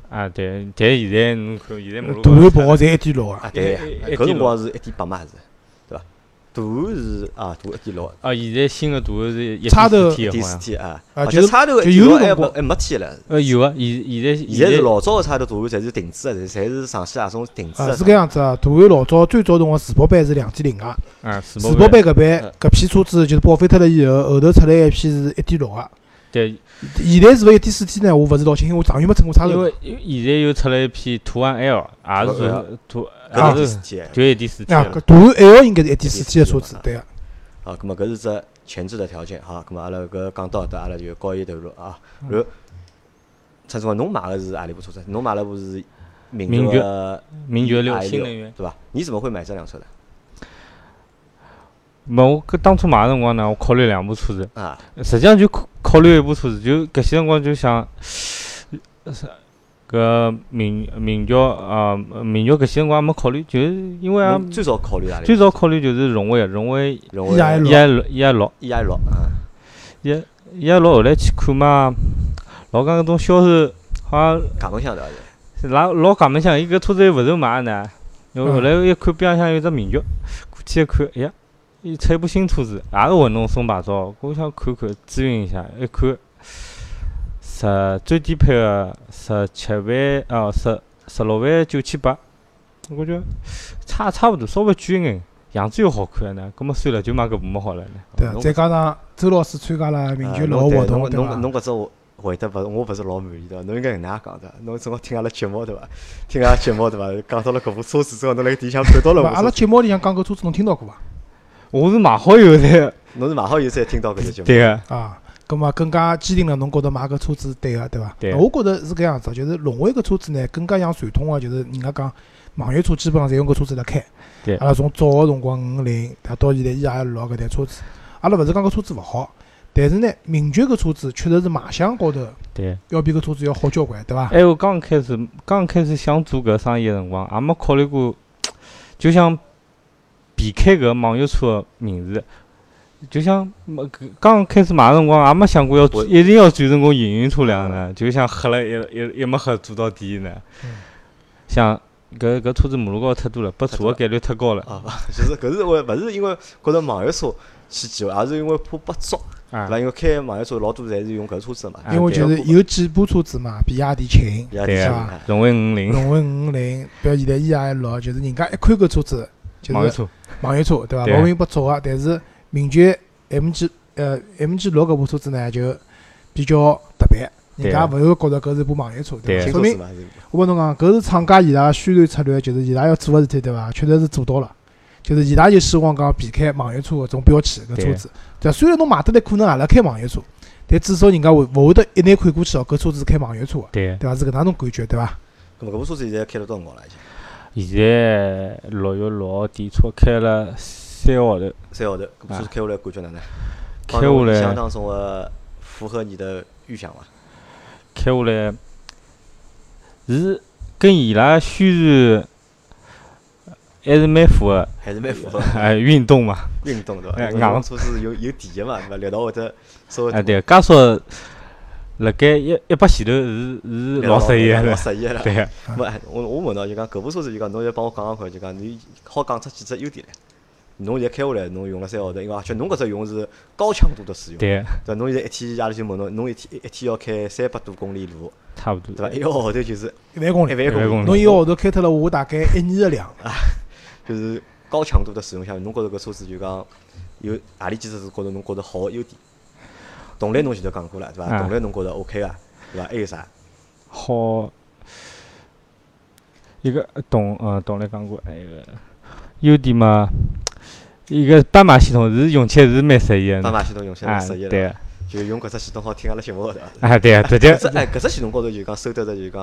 Speaker 3: 啊对，但现在侬看现在马路
Speaker 2: 大
Speaker 3: 高
Speaker 2: 盘
Speaker 3: 头
Speaker 2: 跑侪一点六
Speaker 1: 啊
Speaker 2: 啊，
Speaker 1: 对呀，
Speaker 3: 一
Speaker 1: 搿辰
Speaker 3: 点
Speaker 1: 光是一点八嘛是，对吧？大是啊，大一点六，
Speaker 3: 啊，现在新的大的是一
Speaker 2: 插头
Speaker 1: 一
Speaker 3: 天
Speaker 1: 点
Speaker 3: 好
Speaker 1: 四
Speaker 3: 像。
Speaker 1: T 啊，而
Speaker 2: 啊就
Speaker 1: 且
Speaker 2: 是
Speaker 1: 插头一
Speaker 2: 就
Speaker 1: 点
Speaker 2: 有
Speaker 1: 六
Speaker 2: 辰
Speaker 1: 还
Speaker 2: 光
Speaker 1: 没还没天了。
Speaker 3: 呃，有啊，现现在
Speaker 1: 现在是老早的插头，大盘侪是定制的，侪是上汽大众定制
Speaker 2: 啊
Speaker 1: 的。
Speaker 2: 是搿样子啊。大盘老早最早辰光世博版是两点零个，
Speaker 3: 啊，世
Speaker 2: 世博
Speaker 3: 杯
Speaker 2: 版搿版
Speaker 1: 嗯
Speaker 2: 搿批车子就是报废脱了以后，后头出来一批是一点六个。
Speaker 3: 对，
Speaker 2: 现在是勿是一点四 T 呢？我勿是老清楚，我长远没乘过差头
Speaker 3: 因。为现在又出来一批途安 L，也是途，
Speaker 1: 搿
Speaker 3: 也
Speaker 1: 是一点四
Speaker 3: 是
Speaker 1: T。
Speaker 3: 就一点四 T
Speaker 2: 啊，
Speaker 3: 了
Speaker 2: 搿。大盘 L 应该是一点四 T 个车子，对个。啊
Speaker 1: 好，啊咁么搿是只前置的条件哈。咁么阿拉搿讲到搿搭，阿拉就告一段落啊。
Speaker 2: 嗯
Speaker 1: 然后，陈总，侬买个是阿里部车子？侬买了部是名
Speaker 3: 名
Speaker 1: 爵
Speaker 3: 爵
Speaker 1: 的
Speaker 3: 名爵六
Speaker 1: i
Speaker 3: 新能源，
Speaker 1: 对伐？你怎么会买这辆车的
Speaker 3: 没我搿当初买个辰光呢，我考虑两部车子，
Speaker 1: 啊？
Speaker 3: 实际上就考考虑一部车子，就搿些辰光就想，呃搿名名爵啊，名爵搿些辰光也没考虑，就是因为啊
Speaker 1: 侬最早考虑阿里？
Speaker 3: 最早考虑就是荣威，啊荣威
Speaker 1: 荣
Speaker 2: 一
Speaker 1: 威
Speaker 2: 二
Speaker 3: 一
Speaker 2: E 六
Speaker 3: 二六一二六。
Speaker 1: 一 i 六啊，
Speaker 3: 一一老后来去看嘛，老讲搿种销售好
Speaker 1: 卡门箱对伐？
Speaker 3: 像老老讲门像，伊搿车子又勿愁买呢。然后后来一看边浪向有只名爵，过去一看，哎呀，伊出一部新车子，也是混动送牌照，我想看看咨询一下，一看，十最低配个十七万哦，十十六万九千八，我觉得差差勿多，稍微贵一眼，样子又好看呢，葛末算了，就买搿部么好了呢。
Speaker 2: 对啊，
Speaker 1: 侬
Speaker 2: 再加上周老师参加了名
Speaker 1: 啊
Speaker 2: 爵六个活动，
Speaker 1: 侬
Speaker 2: 对
Speaker 1: 侬
Speaker 2: 伐？
Speaker 1: 侬搿只回答勿，我勿是老满意的。侬应该搿能介讲的，侬正好听阿拉节目对伐？听阿拉节目对伐？讲到了搿部车子之后，侬辣搿底下看到了
Speaker 2: 勿
Speaker 1: 部
Speaker 2: 阿拉
Speaker 1: 车子，
Speaker 2: 节目里向讲搿车子侬听到过伐？
Speaker 3: 我是买好以后才
Speaker 1: 侬是买好以后才听到搿只节目。
Speaker 3: 对个。
Speaker 2: 啊，咁么更加坚定了侬觉得买搿车子是对啊个，对伐？
Speaker 3: 对
Speaker 2: 那我觉得是搿样子，就是荣威搿车子呢，更加像传统个，啊就是人家讲网约车基本上侪用搿车子来开。
Speaker 3: 对
Speaker 2: 阿拉从早个辰光五零，啊到现在 E R 六搿台车子，阿拉勿是讲搿车子勿好，但是呢，名爵搿车子确实是卖相高头
Speaker 3: 对。
Speaker 2: 要比搿车子要好交关，对伐？
Speaker 3: 哎，我刚开始刚开始想做搿生意个辰光，也没考虑过，就像避开搿网约车个名字。就像没搿刚开始买个辰光，也没想过要
Speaker 1: 我
Speaker 3: 一定要转成功营运车辆呢，就像黑了一一一没黑做到底呢
Speaker 2: 嗯。
Speaker 3: 像搿搿车子马路高头太多了，被查个概率太高了。
Speaker 1: 啊，就是搿是我勿是因为觉着网约车去挤，也是因为怕被抓，
Speaker 3: 啊
Speaker 1: 对，伐？因为开网约车老多侪是用搿车子嘛，
Speaker 3: 啊
Speaker 2: 因为就是
Speaker 1: 对
Speaker 2: 有几部车子嘛，比亚迪秦、
Speaker 1: 也
Speaker 3: 对
Speaker 1: 是
Speaker 2: 啊
Speaker 1: 哎
Speaker 3: 荣威五菱
Speaker 2: 荣威五零，比如现在 E i 六，就是人家一看搿车子就
Speaker 3: 网约
Speaker 2: 是
Speaker 3: 车，
Speaker 2: 网约车，对伐？
Speaker 3: 对
Speaker 2: 老容易被抓个，啊但是名爵 MG 呃 MG 六搿部车子呢就比较特别，人家勿会觉着搿是部网约车，对
Speaker 1: 新
Speaker 2: 伐？
Speaker 3: 对啊
Speaker 2: 说
Speaker 1: 车子
Speaker 2: 明
Speaker 1: 嘛，是
Speaker 2: 我帮侬讲，搿是厂家伊拉宣传策略，就是伊拉要做个事体，对伐？确实是做到了，就是伊拉就希望讲避开网约车搿种标签搿车子，对伐？虽然侬买得来可能也辣开网约车，但至少人家会勿会得一眼看过去哦，搿车子是开网约车个，
Speaker 3: 对。
Speaker 2: 对伐？是搿能种感觉，对伐？
Speaker 1: 咾么搿部车子现在开了多少辰光了？已经
Speaker 3: 现在六月六号底车开了三个号头，
Speaker 1: 三个号头，搿部车子开下来感觉哪能？
Speaker 3: 啊开
Speaker 1: 帮侬
Speaker 3: 下
Speaker 1: 理想
Speaker 3: 来
Speaker 1: 哦当中的符合你的预想伐？
Speaker 3: 开下来是跟伊拉宣传还是蛮符合，
Speaker 1: 还是蛮符合
Speaker 3: 哎，运动嘛，
Speaker 1: 运动对伐？
Speaker 3: 哎
Speaker 1: 因为搿
Speaker 3: 硬
Speaker 1: 种车子有有底的嘛，对伐？力道或者稍微大
Speaker 3: 哎，对，加速辣盖一一百前头是是
Speaker 1: 力
Speaker 3: 老
Speaker 1: 道
Speaker 3: 适宜
Speaker 1: 大老
Speaker 3: 的，
Speaker 1: 适宜了。
Speaker 3: 对，
Speaker 1: 没，哎我我问侬就讲搿部车子就讲，侬就帮我讲讲看，就讲你好讲出几只优点来。侬现在开下来，侬用了三个号头，因为而且侬搿只用是高强度的使用，对
Speaker 3: 对，
Speaker 1: 伐？侬现在一天，阿拉就问侬，侬一天一天要开三百多公里路，
Speaker 3: 差不
Speaker 1: 对伐？
Speaker 3: 多，
Speaker 1: 一个号头就是
Speaker 2: 一万公
Speaker 1: 一
Speaker 2: 里，
Speaker 1: 万
Speaker 3: 一
Speaker 1: 公
Speaker 3: 万公
Speaker 1: 里，
Speaker 3: 里
Speaker 2: 侬一个号头开脱了我大概一年的量，
Speaker 1: 就是高强度的使用下，侬觉着搿车子就讲有何里几只是觉着侬觉着好个优点？动力侬前头讲过了，对伐？
Speaker 3: 啊嗯
Speaker 1: 动力侬觉着 OK 啊，对伐？还有啥？
Speaker 3: 好。一个懂，呃，懂来讲过，还有个优点嘛，一个斑马系统是用起来是蛮适宜的，
Speaker 1: 斑马系统用起来
Speaker 3: 啊，
Speaker 1: 蛮适宜
Speaker 3: 对
Speaker 1: 的，，就用搿只系统好听阿拉节目的，对伐？
Speaker 3: 啊对，直接
Speaker 1: 搿只哎，搿只系统高头就讲收得着，就讲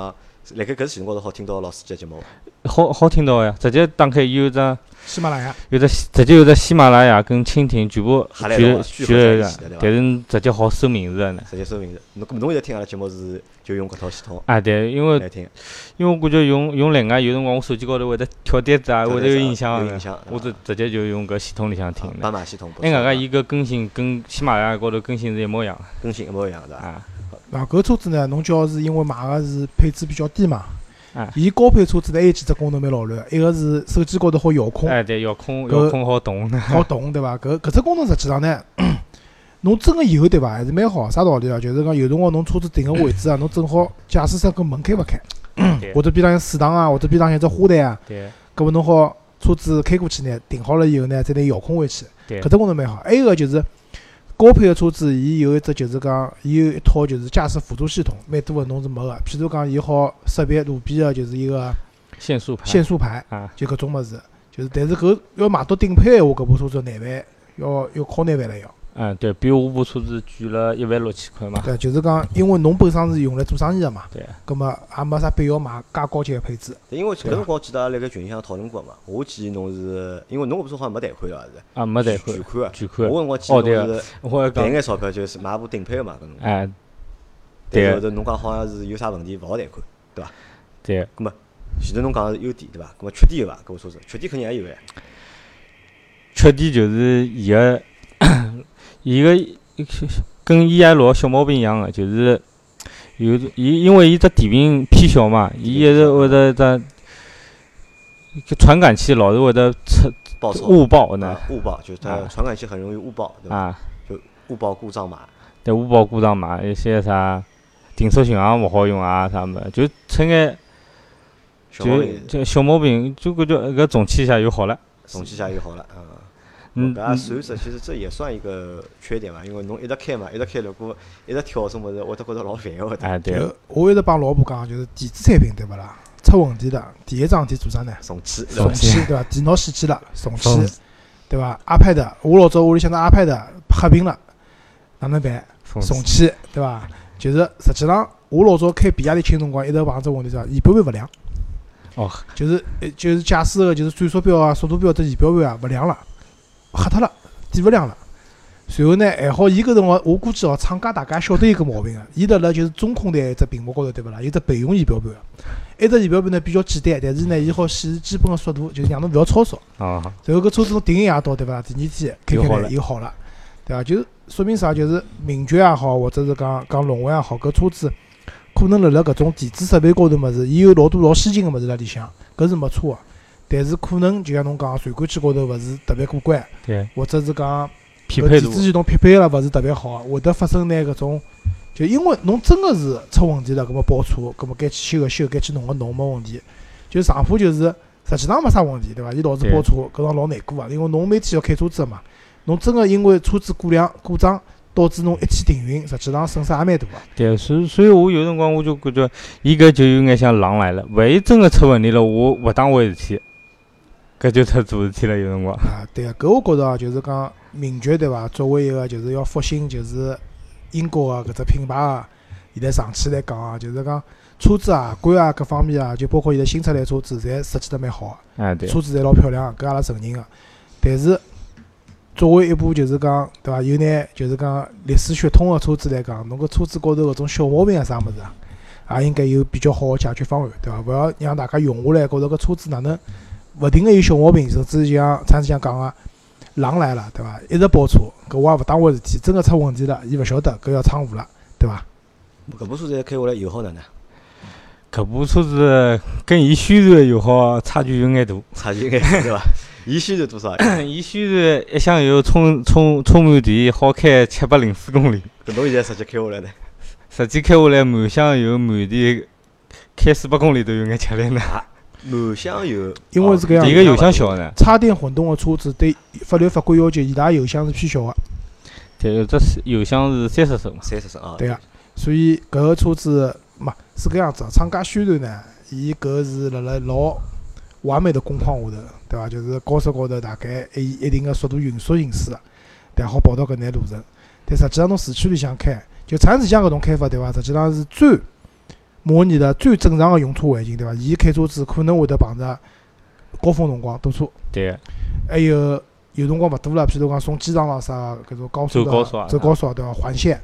Speaker 1: 辣盖搿只系统高头好听到老司机的节目。
Speaker 3: 好好听到个呀，直接打开有一只
Speaker 2: 喜马拉雅
Speaker 3: 有只喜直接有只喜马拉雅跟蜻蜓全部
Speaker 1: 合
Speaker 3: 全
Speaker 1: 来了啊聚
Speaker 3: 全
Speaker 1: 合在一
Speaker 3: 全
Speaker 1: 起的对吧
Speaker 3: 但是你直接好搜名字个呢。
Speaker 1: 直接搜名字，侬搿么侬现在听阿拉节目是就用搿套系统
Speaker 3: 啊对，因为
Speaker 1: 来听，
Speaker 3: 因为我感觉用用另外有辰光我手机高头会得跳碟子啊，
Speaker 1: 跳
Speaker 3: 会
Speaker 1: 碟
Speaker 3: 得
Speaker 1: 子
Speaker 3: 有
Speaker 1: 啊
Speaker 3: 影响
Speaker 1: 有
Speaker 3: 个
Speaker 1: 影响
Speaker 3: 呢，我
Speaker 1: 对
Speaker 3: 直
Speaker 1: 吧
Speaker 3: 直接就用搿系统里向听
Speaker 1: 啊
Speaker 3: 的。
Speaker 1: 斑马系统不
Speaker 3: 哎，
Speaker 1: 是
Speaker 3: 外加
Speaker 1: 吧
Speaker 3: 伊搿更新跟喜马拉雅高头更新是一模一样的
Speaker 1: 更新一模一样对伐？
Speaker 3: 啊。
Speaker 2: 啊，搿车子呢，侬叫是因为买个是配置比较低嘛
Speaker 3: 啊，
Speaker 2: 伊高配车子呢还有几只功能蛮老卵的，一个是手机高头好遥控，
Speaker 3: 哎对，遥控
Speaker 2: 搿
Speaker 3: 遥控好 动呢。
Speaker 2: 好动对伐？搿搿只功能实际上呢，侬真个有对伐？还是蛮好。啥道理啊？就是讲有辰光侬车子停个位置啊，侬正好驾驶室搿门开勿开，
Speaker 3: 对
Speaker 2: 或者边浪有水塘啊，或者边浪有只花坛啊，
Speaker 3: 对
Speaker 2: 搿么侬好车子开过去呢，停好了以后呢，再拿遥控回去，
Speaker 3: 对
Speaker 2: 搿只功能蛮好。还有一个就是高配个车子，伊有一只就是讲，伊有一套就是驾驶辅助系统，蛮多个侬是没个。譬如讲，伊好识别路边个就是一个
Speaker 3: 限速盘
Speaker 2: 限速牌，
Speaker 3: 啊，
Speaker 2: 就搿种物事。就是，但是搿要买到顶配闲话，搿部车子难办，要要靠难办了要。
Speaker 3: 嗯对，比我部车子贵了一万六千块嘛。
Speaker 2: 对，就是讲，因为侬本身是用来做生意个嘛，
Speaker 3: 对，
Speaker 2: 葛么也没啥必要买介高级个配置。
Speaker 1: 对因
Speaker 3: 啊
Speaker 1: 为搿
Speaker 2: 对
Speaker 1: 辰光记得阿拉辣盖群里向讨论过嘛，我建议侬是因为侬搿部车好像没贷款了是吧？
Speaker 3: 啊没贷款
Speaker 1: 全，款啊。
Speaker 3: 巨款。
Speaker 1: 我搿辰光建议
Speaker 3: 哦
Speaker 1: 侬是
Speaker 3: 我还
Speaker 1: 赚
Speaker 3: 讲
Speaker 1: 眼钞票就是买部顶配个嘛，搿辰光。
Speaker 3: 哎
Speaker 1: 但是
Speaker 3: 对
Speaker 1: 后头侬讲好像是有啥问题勿好贷款，
Speaker 3: 对。
Speaker 1: 前头侬讲的是优点对伐？搿么缺点有伐？搿部车子缺点肯定还有哎。
Speaker 3: 缺点就是伊个伊个跟 E I 六小毛病一样个，就是有伊因为伊只底盘偏小嘛，伊一直会得只搿传感器老是会得出
Speaker 1: 爆炒
Speaker 3: 误报呢
Speaker 1: 啊误报就是它
Speaker 3: 啊
Speaker 1: 传感器很容易误报对伐？
Speaker 3: 啊，
Speaker 1: 误报故障码。
Speaker 3: 对误报故障嘛，有些啥定速巡航勿好用啊啥么，就出眼
Speaker 1: 小毛
Speaker 3: 就
Speaker 1: 病
Speaker 3: 就小毛病，就感觉搿总体一下就好了。
Speaker 1: 总结一下就好了啊。
Speaker 3: 嗯
Speaker 1: 搿也算是，其实这也算一个缺点嘛，因为侬一直开嘛，一直开，如果一直跳种物事，会得觉着老烦个。
Speaker 3: 哎对，
Speaker 2: 就我一直帮老婆讲，就是电子产品对勿啦？出问题了，第一桩事体做啥呢？
Speaker 1: 重启，
Speaker 3: 重
Speaker 2: 重
Speaker 3: 启
Speaker 2: 启对伐？电脑死机了，重启
Speaker 3: 重
Speaker 2: 对伐？iPad，我老早屋里向的 iPad 黑屏了，哪能办？重启对伐？就是实际上我老早开比亚迪秦辰光，一直碰只问题是啥？仪表盘勿亮，
Speaker 3: 哦，
Speaker 2: 就是呃就是驾驶个就是转速表啊、速度表这仪表盘啊勿亮了，黑脱了，点勿亮了。随后呢，还好伊搿辰光，我估计哦，厂家大家晓得一个毛病啊，伊辣辣就是中控台一只屏幕高头对勿啦？有只备用仪表盘啊，埃只仪表盘呢比较简单，但是呢，伊好显示基本个速度，就是让侬勿要超速。
Speaker 3: 啊，
Speaker 2: 然后搿车子侬停一夜到对勿啦？第二天开
Speaker 1: 又好
Speaker 2: 开来
Speaker 1: 了
Speaker 2: 又好了，对伐？就是说明啥？就是名爵也好，或者是讲讲龙王也好，搿车子可能辣辣搿种电子设备高头物事，伊有老多老先进个物事辣里向，搿是没错个。但是可能就像侬讲，传感器高头勿是特别过关，
Speaker 3: 对，
Speaker 2: 或者是讲
Speaker 3: 匹配
Speaker 2: 电
Speaker 3: 度
Speaker 2: 子系统匹配了勿是特别好，啊会得发生呢搿种，就因为侬真个是出问题了，搿么报错，搿么该去修个修，该去弄个弄没问题。就上坡就是实际上没啥问题，对伐？伊老是报错，搿种老难过啊，因为侬每天要开车子的嘛，侬真个因为车子过量故障导致侬一起停运，实际上损失也蛮大啊个。
Speaker 3: 对，所以所以我有辰光我就感觉，伊搿就有眼像狼来了，万一真个出问题了，我勿当回事体，搿就出大事体了。有辰光，
Speaker 2: 啊，对个，搿我觉着啊，就是讲名爵对伐？作为一个就是要复兴就是英国个搿只品牌啊，现在上去来讲啊，就是讲车子啊、官啊各方面啊，就包括现在新出来车子，侪设计得蛮好啊
Speaker 3: 哎，
Speaker 2: 个，
Speaker 3: 对，
Speaker 2: 车子侪老漂亮个，搿阿拉承认个。但是作为一部就是讲对伐，有眼就是讲历史血统个车子来讲，侬搿车子高头搿种小毛病啊啥物事啊，也应该有比较好个解决方案，对伐？勿要让大家用下来觉着搿车子哪能勿停个有小毛病，甚至就像厂子像讲个狼来了，对伐？一直报错，搿我也勿当回事体，真个出问题了，伊勿晓得，搿要闯祸了，对伐？
Speaker 1: 搿部车子开下来油耗哪能？啊
Speaker 3: 搿部车子跟伊宣传友好差距有眼大。
Speaker 1: 差距应该对伐？伊宣传多少？
Speaker 3: 伊宣传一箱油充充充满电，好开七百零四公里，
Speaker 1: 搿侬现在直接开下来呢？
Speaker 3: 实际开下来满箱油满电，开四百公里都有眼吃力呢。
Speaker 1: 满箱哦油，
Speaker 2: 因为是搿样
Speaker 3: 第一个油箱小呢，
Speaker 2: 插电混动个车子对法律法规要求，伊拉油箱是偏小个，
Speaker 3: 对，有只是油箱是三十升嘛，
Speaker 1: 三十升啊，
Speaker 2: 对个、所以搿个车子嘛是搿样子啊，厂家宣传呢，伊搿是辣辣老完美的工况下头，对伐？就是高速高头大概以一定个速度匀速行驶，但好跑到搿眼路程。但实际上侬市区里向开，就长安市向搿种开法，对伐？实际上是最模拟了最正常个用车环境，对伐？伊开车子可能会得碰着高峰辰光堵车，
Speaker 3: 对，
Speaker 2: 还有有辰光勿多了，譬如讲送机场咾啥搿种高速
Speaker 3: 走高速
Speaker 2: 的
Speaker 3: 啊
Speaker 2: 走高速啊对伐？环线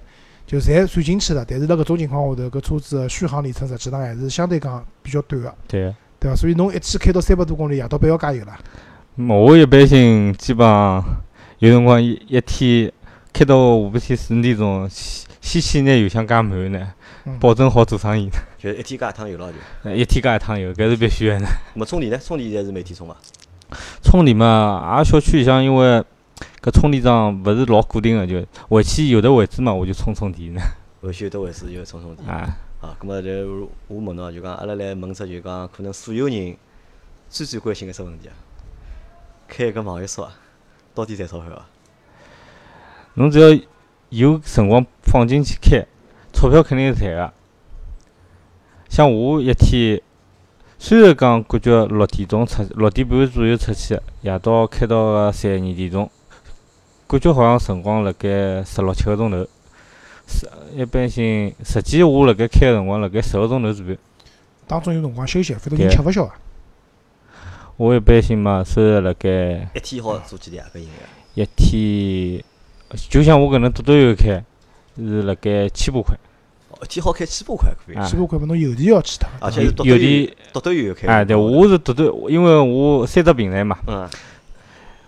Speaker 2: 就侪算进去了，但是辣搿种情况下头，搿车子的续航里程实际上还是相对讲比较短个，
Speaker 3: 对。
Speaker 2: 对伐？所以侬一天开到三百多公里，夜到不要加油了。
Speaker 3: 嗯我一般性基本上有辰光一一天开到下半天四五点钟，先先去拿油箱加满呢
Speaker 2: 嗯，
Speaker 3: 保证好做生意。
Speaker 1: 就是一天加一趟油了就。
Speaker 3: 一天加一趟油，搿是必须的呢。
Speaker 1: 咾么充电呢？充电现在是每天充伐？啊
Speaker 3: 充电嘛，阿拉小区里向因为搿充电桩勿是老固定的，就回去有的位置嘛，我就充充电呢。
Speaker 1: 回去有得回事就充充电
Speaker 3: 啊，
Speaker 1: 啊。咾么就我问侬啊，就讲阿拉来问只就讲可能所有人最最关心个只问题啊，开搿网约车啊，到底赚钞啊票伐？
Speaker 3: 侬只要有辰光放进去开，钞票肯定是赚个。像我一天，虽然讲感觉六点钟出，六点半左右出去，夜到开到个三二点钟，感觉好像辰光辣盖十六七个钟头。是一般性，实际我辣盖开个辰光辣盖十个钟头左右。
Speaker 2: 当中有辰光休息，否则
Speaker 3: 对
Speaker 2: 人吃勿消啊。
Speaker 3: 我一般性嘛，虽然辣盖
Speaker 1: 一天好做几钿啊？搿应该
Speaker 3: 一天，就像我搿能多多油开，是辣盖千把块，
Speaker 1: 哦一天好开千把块可以
Speaker 3: 啊，
Speaker 2: 几百块嘛，侬油钿要去脱。
Speaker 1: 而且
Speaker 3: 有
Speaker 1: 是独
Speaker 3: 有
Speaker 1: 队
Speaker 3: 的
Speaker 1: 独队又开。
Speaker 3: 哎，对，我是多多，因为我三只平台嘛，
Speaker 1: 嗯，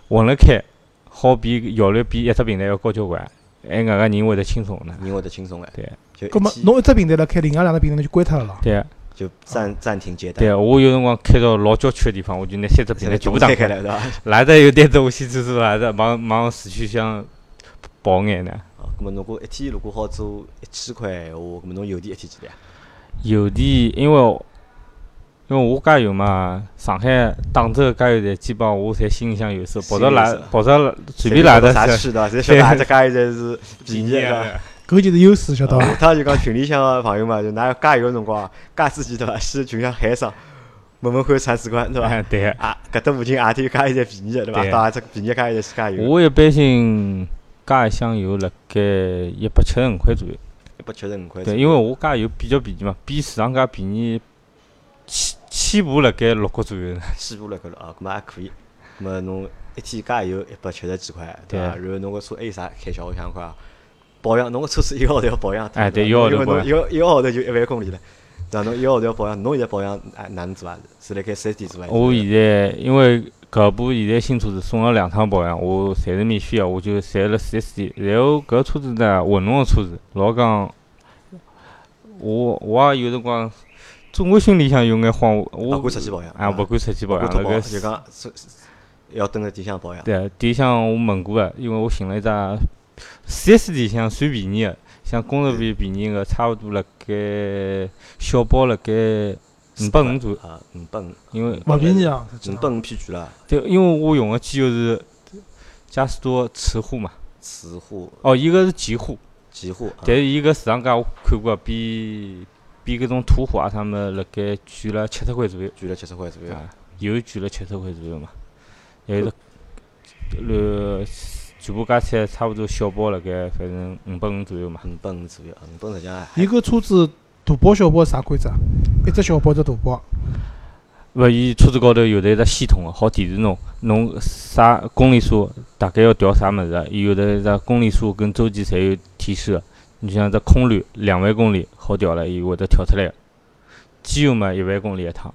Speaker 3: 混了开，好比效率比一只平台要高交关，哎，外个人会得轻松呢。
Speaker 1: 人会得轻松哎。
Speaker 3: 对，
Speaker 1: 就
Speaker 2: 搿么
Speaker 1: 一天
Speaker 2: 侬一只平台辣开，另外两只平台就关脱了咯。
Speaker 3: 对
Speaker 1: 就暂暂停接单，
Speaker 3: 对，我有辰光开到老郊区的地方，我就拿三只平台全部打
Speaker 1: 开
Speaker 3: 开
Speaker 1: 来
Speaker 3: 来，
Speaker 1: 对伐？
Speaker 3: 哪只有单子我先做做，哪只往往市区向跑眼呢。
Speaker 1: 哦，咁么如果一天如果好做一千块闲话，咁么侬油钿一天几钿啊？
Speaker 3: 有的，因为因为我加油嘛，上海、杭州加油站基本上我侪心里向有数，跑到
Speaker 1: 心
Speaker 3: 哪
Speaker 1: 里有数
Speaker 3: 跑到随便哪
Speaker 1: 个
Speaker 3: 搭
Speaker 1: 啥
Speaker 3: 是
Speaker 1: 区对伐？ 侪晓得哪只加油站是便宜
Speaker 3: 啊
Speaker 1: 个。
Speaker 2: 搿就是优势，晓得 伐？
Speaker 1: 下趟就讲群里向个朋友嘛，就㑚加油个辰光啊，加自己对伐？去群里向喊一声，问问看铲屎官对伐？
Speaker 3: 哎， 对。
Speaker 1: 啊，搿搭附近何天有加油站便宜个对伐？
Speaker 3: 对
Speaker 1: 到啊只便宜的加油站去加油，
Speaker 3: 我一般性加一箱油辣盖一百七十五块左右，
Speaker 1: 一百七十五块钱。
Speaker 3: 对，因为我加油比较便宜嘛，比市场价便宜起起步辣盖六角左右呢。
Speaker 1: 起步了搿了啊，搿么还可以。咁么侬一天加油一百七十几块，对伐？然后侬搿车还有啥开销？我想看啊，保养，侬搿车子一个号头要保养，
Speaker 3: 哎对
Speaker 1: 伐
Speaker 3: 一个号头
Speaker 1: 因为
Speaker 3: 保
Speaker 1: 侬
Speaker 3: 养
Speaker 1: 一个一个号头就一万公里了，对伐？侬一个号头要保养，侬现在保养哪哪能做啊？是辣盖四 S 店做啊？
Speaker 3: 我现在因为搿部现在新车子送了两趟保养，我侪是免费个，啊我就侪辣四 S 店。然后搿车子呢，混动个车子，老讲我我也有辰光，总归心里向有眼慌，我
Speaker 1: 不敢出去保养
Speaker 3: 啊，勿敢出去保养。
Speaker 1: 我
Speaker 3: 那
Speaker 1: 保
Speaker 3: 个
Speaker 1: 就讲是要蹲辣店里向保养。
Speaker 3: 对，店里向我问过个，因为我寻了一只四 S 店里向算便宜个，像工程费便宜个，差勿多辣盖小包辣盖五百五左右，
Speaker 1: 啊，五百五，
Speaker 3: 因为
Speaker 2: 勿便宜啊，
Speaker 1: 五百五偏贵了，
Speaker 3: 对，因为我用个机油是嘉实多次户嘛，
Speaker 1: 磁护、
Speaker 3: 哦，伊个是极户，
Speaker 1: 极护，啊
Speaker 3: 但是伊个市场价我看过，比比搿种途虎啊啥物事辣盖贵了七十块左右，
Speaker 1: 贵了七十块左右。
Speaker 3: 啊，油贵了七十块左右嘛，还有呃全部加起来差勿多小包辣盖反正五百五左右嘛，
Speaker 1: 五百五左右，嗯五百实际上
Speaker 2: 伊搿车子大包小包是啥规则啊？一只小包一只大包，
Speaker 3: 勿伊车子高头有的一只系统个，好提示侬侬啥公里数大概要调啥物事啊，伊有的一只公里数跟周期侪有提示个。你像只空滤两万公里好调了，伊会得调出来个。机油嘛，一万公里一趟，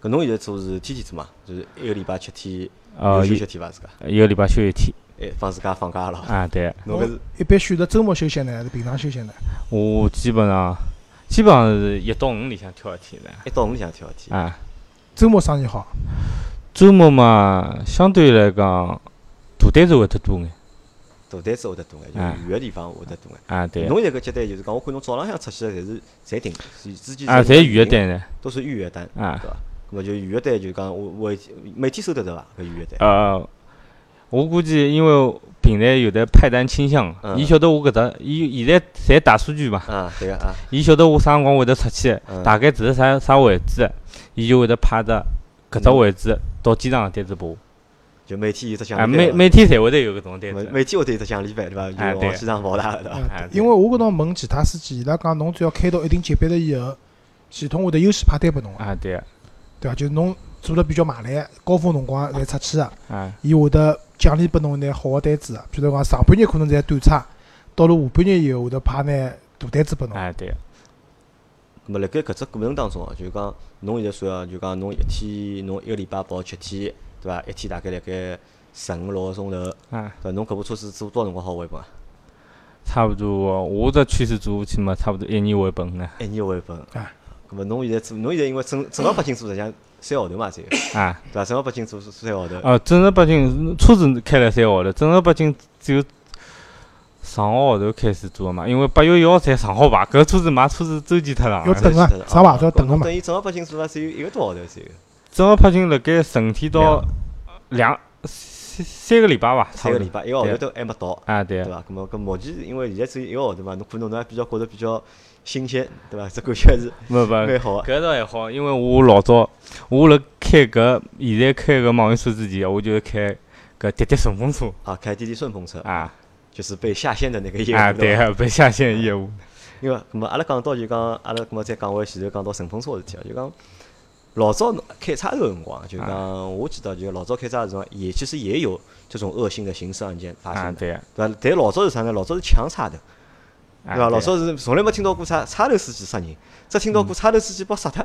Speaker 1: 搿侬现在做是天天做嘛？就是一个礼拜七天，
Speaker 3: 呃，
Speaker 1: 有休
Speaker 3: 一
Speaker 1: 息天伐？自家，
Speaker 3: 一个礼拜休一天。
Speaker 1: 哎，帮自家放假了。
Speaker 3: 啊，对，
Speaker 1: 侬搿是
Speaker 2: 一般选择周末休息呢，还是平常休息呢？
Speaker 3: 我基本上基本上是一到五里向挑一天的。
Speaker 1: 一到五里向挑一天，
Speaker 3: 啊，
Speaker 2: 周末生意好，
Speaker 3: 周末嘛，相对来讲，大单子会得多眼。
Speaker 1: 大单子会得多眼，
Speaker 3: 啊
Speaker 1: 就是远个地方会得多眼。
Speaker 3: 啊，对，
Speaker 1: 侬现在搿接单就是讲，我看侬早浪向出去的侪是侪订，是之前
Speaker 3: 啊，侪预约
Speaker 1: 订，
Speaker 3: 单的。
Speaker 1: 都是预约单，对
Speaker 3: 啊，
Speaker 1: 伐？咾么就预约单就讲我我已经每天收得到伐？搿预约单，
Speaker 3: 呃，我估计因为平台有的派单倾向，
Speaker 1: 嗯
Speaker 3: 伊晓得我搿搭，伊现在侪大数据嘛，
Speaker 1: 啊，对个啊，
Speaker 3: 伊晓得我啥辰光会得出去，
Speaker 1: 嗯
Speaker 3: 大概指啥啥位置，伊就会得派只搿只
Speaker 1: 嗯
Speaker 3: 位置到机场个单子拨我。
Speaker 1: 就每天有只奖
Speaker 3: 啊，
Speaker 1: 励单
Speaker 3: 每
Speaker 1: 伐
Speaker 3: 每天侪会得有搿种单
Speaker 1: 每
Speaker 3: 子。
Speaker 1: 每天会得有只奖励班对伐？
Speaker 3: 啊
Speaker 1: 就
Speaker 3: 对
Speaker 1: 往机场跑大个啊 对伐？
Speaker 3: 哎
Speaker 2: 呃因为我搿趟问其他司机，伊拉讲侬只要开到一定级别了以后，系统会得优先派单拨侬个，
Speaker 3: 啊，对啊，
Speaker 2: 对伐？就是侬做了比较卖力的，高峰辰光侪出去个，
Speaker 3: 啊，
Speaker 2: 伊会得奖励拨侬一眼好个单子个，譬如讲上半日可能侪短差，到了下半日以后会得派眼大单子
Speaker 1: 嗯
Speaker 2: 拨侬。
Speaker 3: 啊，对啊，
Speaker 1: 咁么辣盖搿只过程当中啊，就是讲侬现在算啊，就讲侬一天侬一个礼拜跑七天，对伐？一天大概辣盖十五六个钟头，对
Speaker 3: 啊，
Speaker 1: 伐？侬搿部车子做多少辰光好回本啊？
Speaker 3: 差不多，我这趋势做下去嘛，差不多一年回本呢。
Speaker 1: 一年回本
Speaker 2: 啊。
Speaker 1: 咁么侬现在做，侬现在因为正正儿八经做，实际上三个号头嘛，只有对
Speaker 3: 啊，
Speaker 1: 伐？正儿八经做是三个号头，
Speaker 3: 啊，正儿八经车子开了三个号头，正儿八经只有上个号头开始做嘛，因为八幺幺才上好牌，搿车子买车子周期太长
Speaker 2: 要
Speaker 3: 了。
Speaker 2: 等啊
Speaker 1: 是的，
Speaker 2: 啥牌照等个嘛
Speaker 1: 等？于正儿八经做了只有一个多号头只有，
Speaker 3: 正儿八经辣盖成天到两三三个礼拜伐，差
Speaker 1: 三
Speaker 3: 不
Speaker 1: 个
Speaker 3: 多
Speaker 1: 礼。拜一个号头都还没到，
Speaker 3: 啊，对
Speaker 1: 对
Speaker 3: 啊，
Speaker 1: 伐？咁么搿目前因为现在只有一个号头嘛，侬可能侬还比较觉得比较新鲜，对伐？这感觉 是
Speaker 3: 勿勿，
Speaker 1: 蛮好啊个。
Speaker 3: 搿倒还好，因为我老早我辣开搿现在开搿网约车之前，我就开搿滴滴顺风车
Speaker 1: 啊，开滴滴顺风车
Speaker 3: 啊
Speaker 1: 就是被下线的那个业务，
Speaker 3: 啊，对
Speaker 1: 伐？
Speaker 3: 啊，被下线业务。
Speaker 1: 因为咁么啊阿拉讲到就讲阿拉咁么再讲回前头讲到顺风车个事体啊，就讲老早侬开叉头个辰光，啊就
Speaker 3: 啊
Speaker 1: 讲我记得就老早开叉头的辰光也其实也有这种恶性的刑事案件发
Speaker 3: 啊，
Speaker 1: 生的，
Speaker 3: 对啊，
Speaker 1: 对伐？但老早是啥呢？老早是抢叉头，
Speaker 3: 啊
Speaker 1: 对伐？老
Speaker 3: 啊嗯
Speaker 1: 早是从来没听到过叉叉头司机杀人，只听到过叉头司机被杀脱。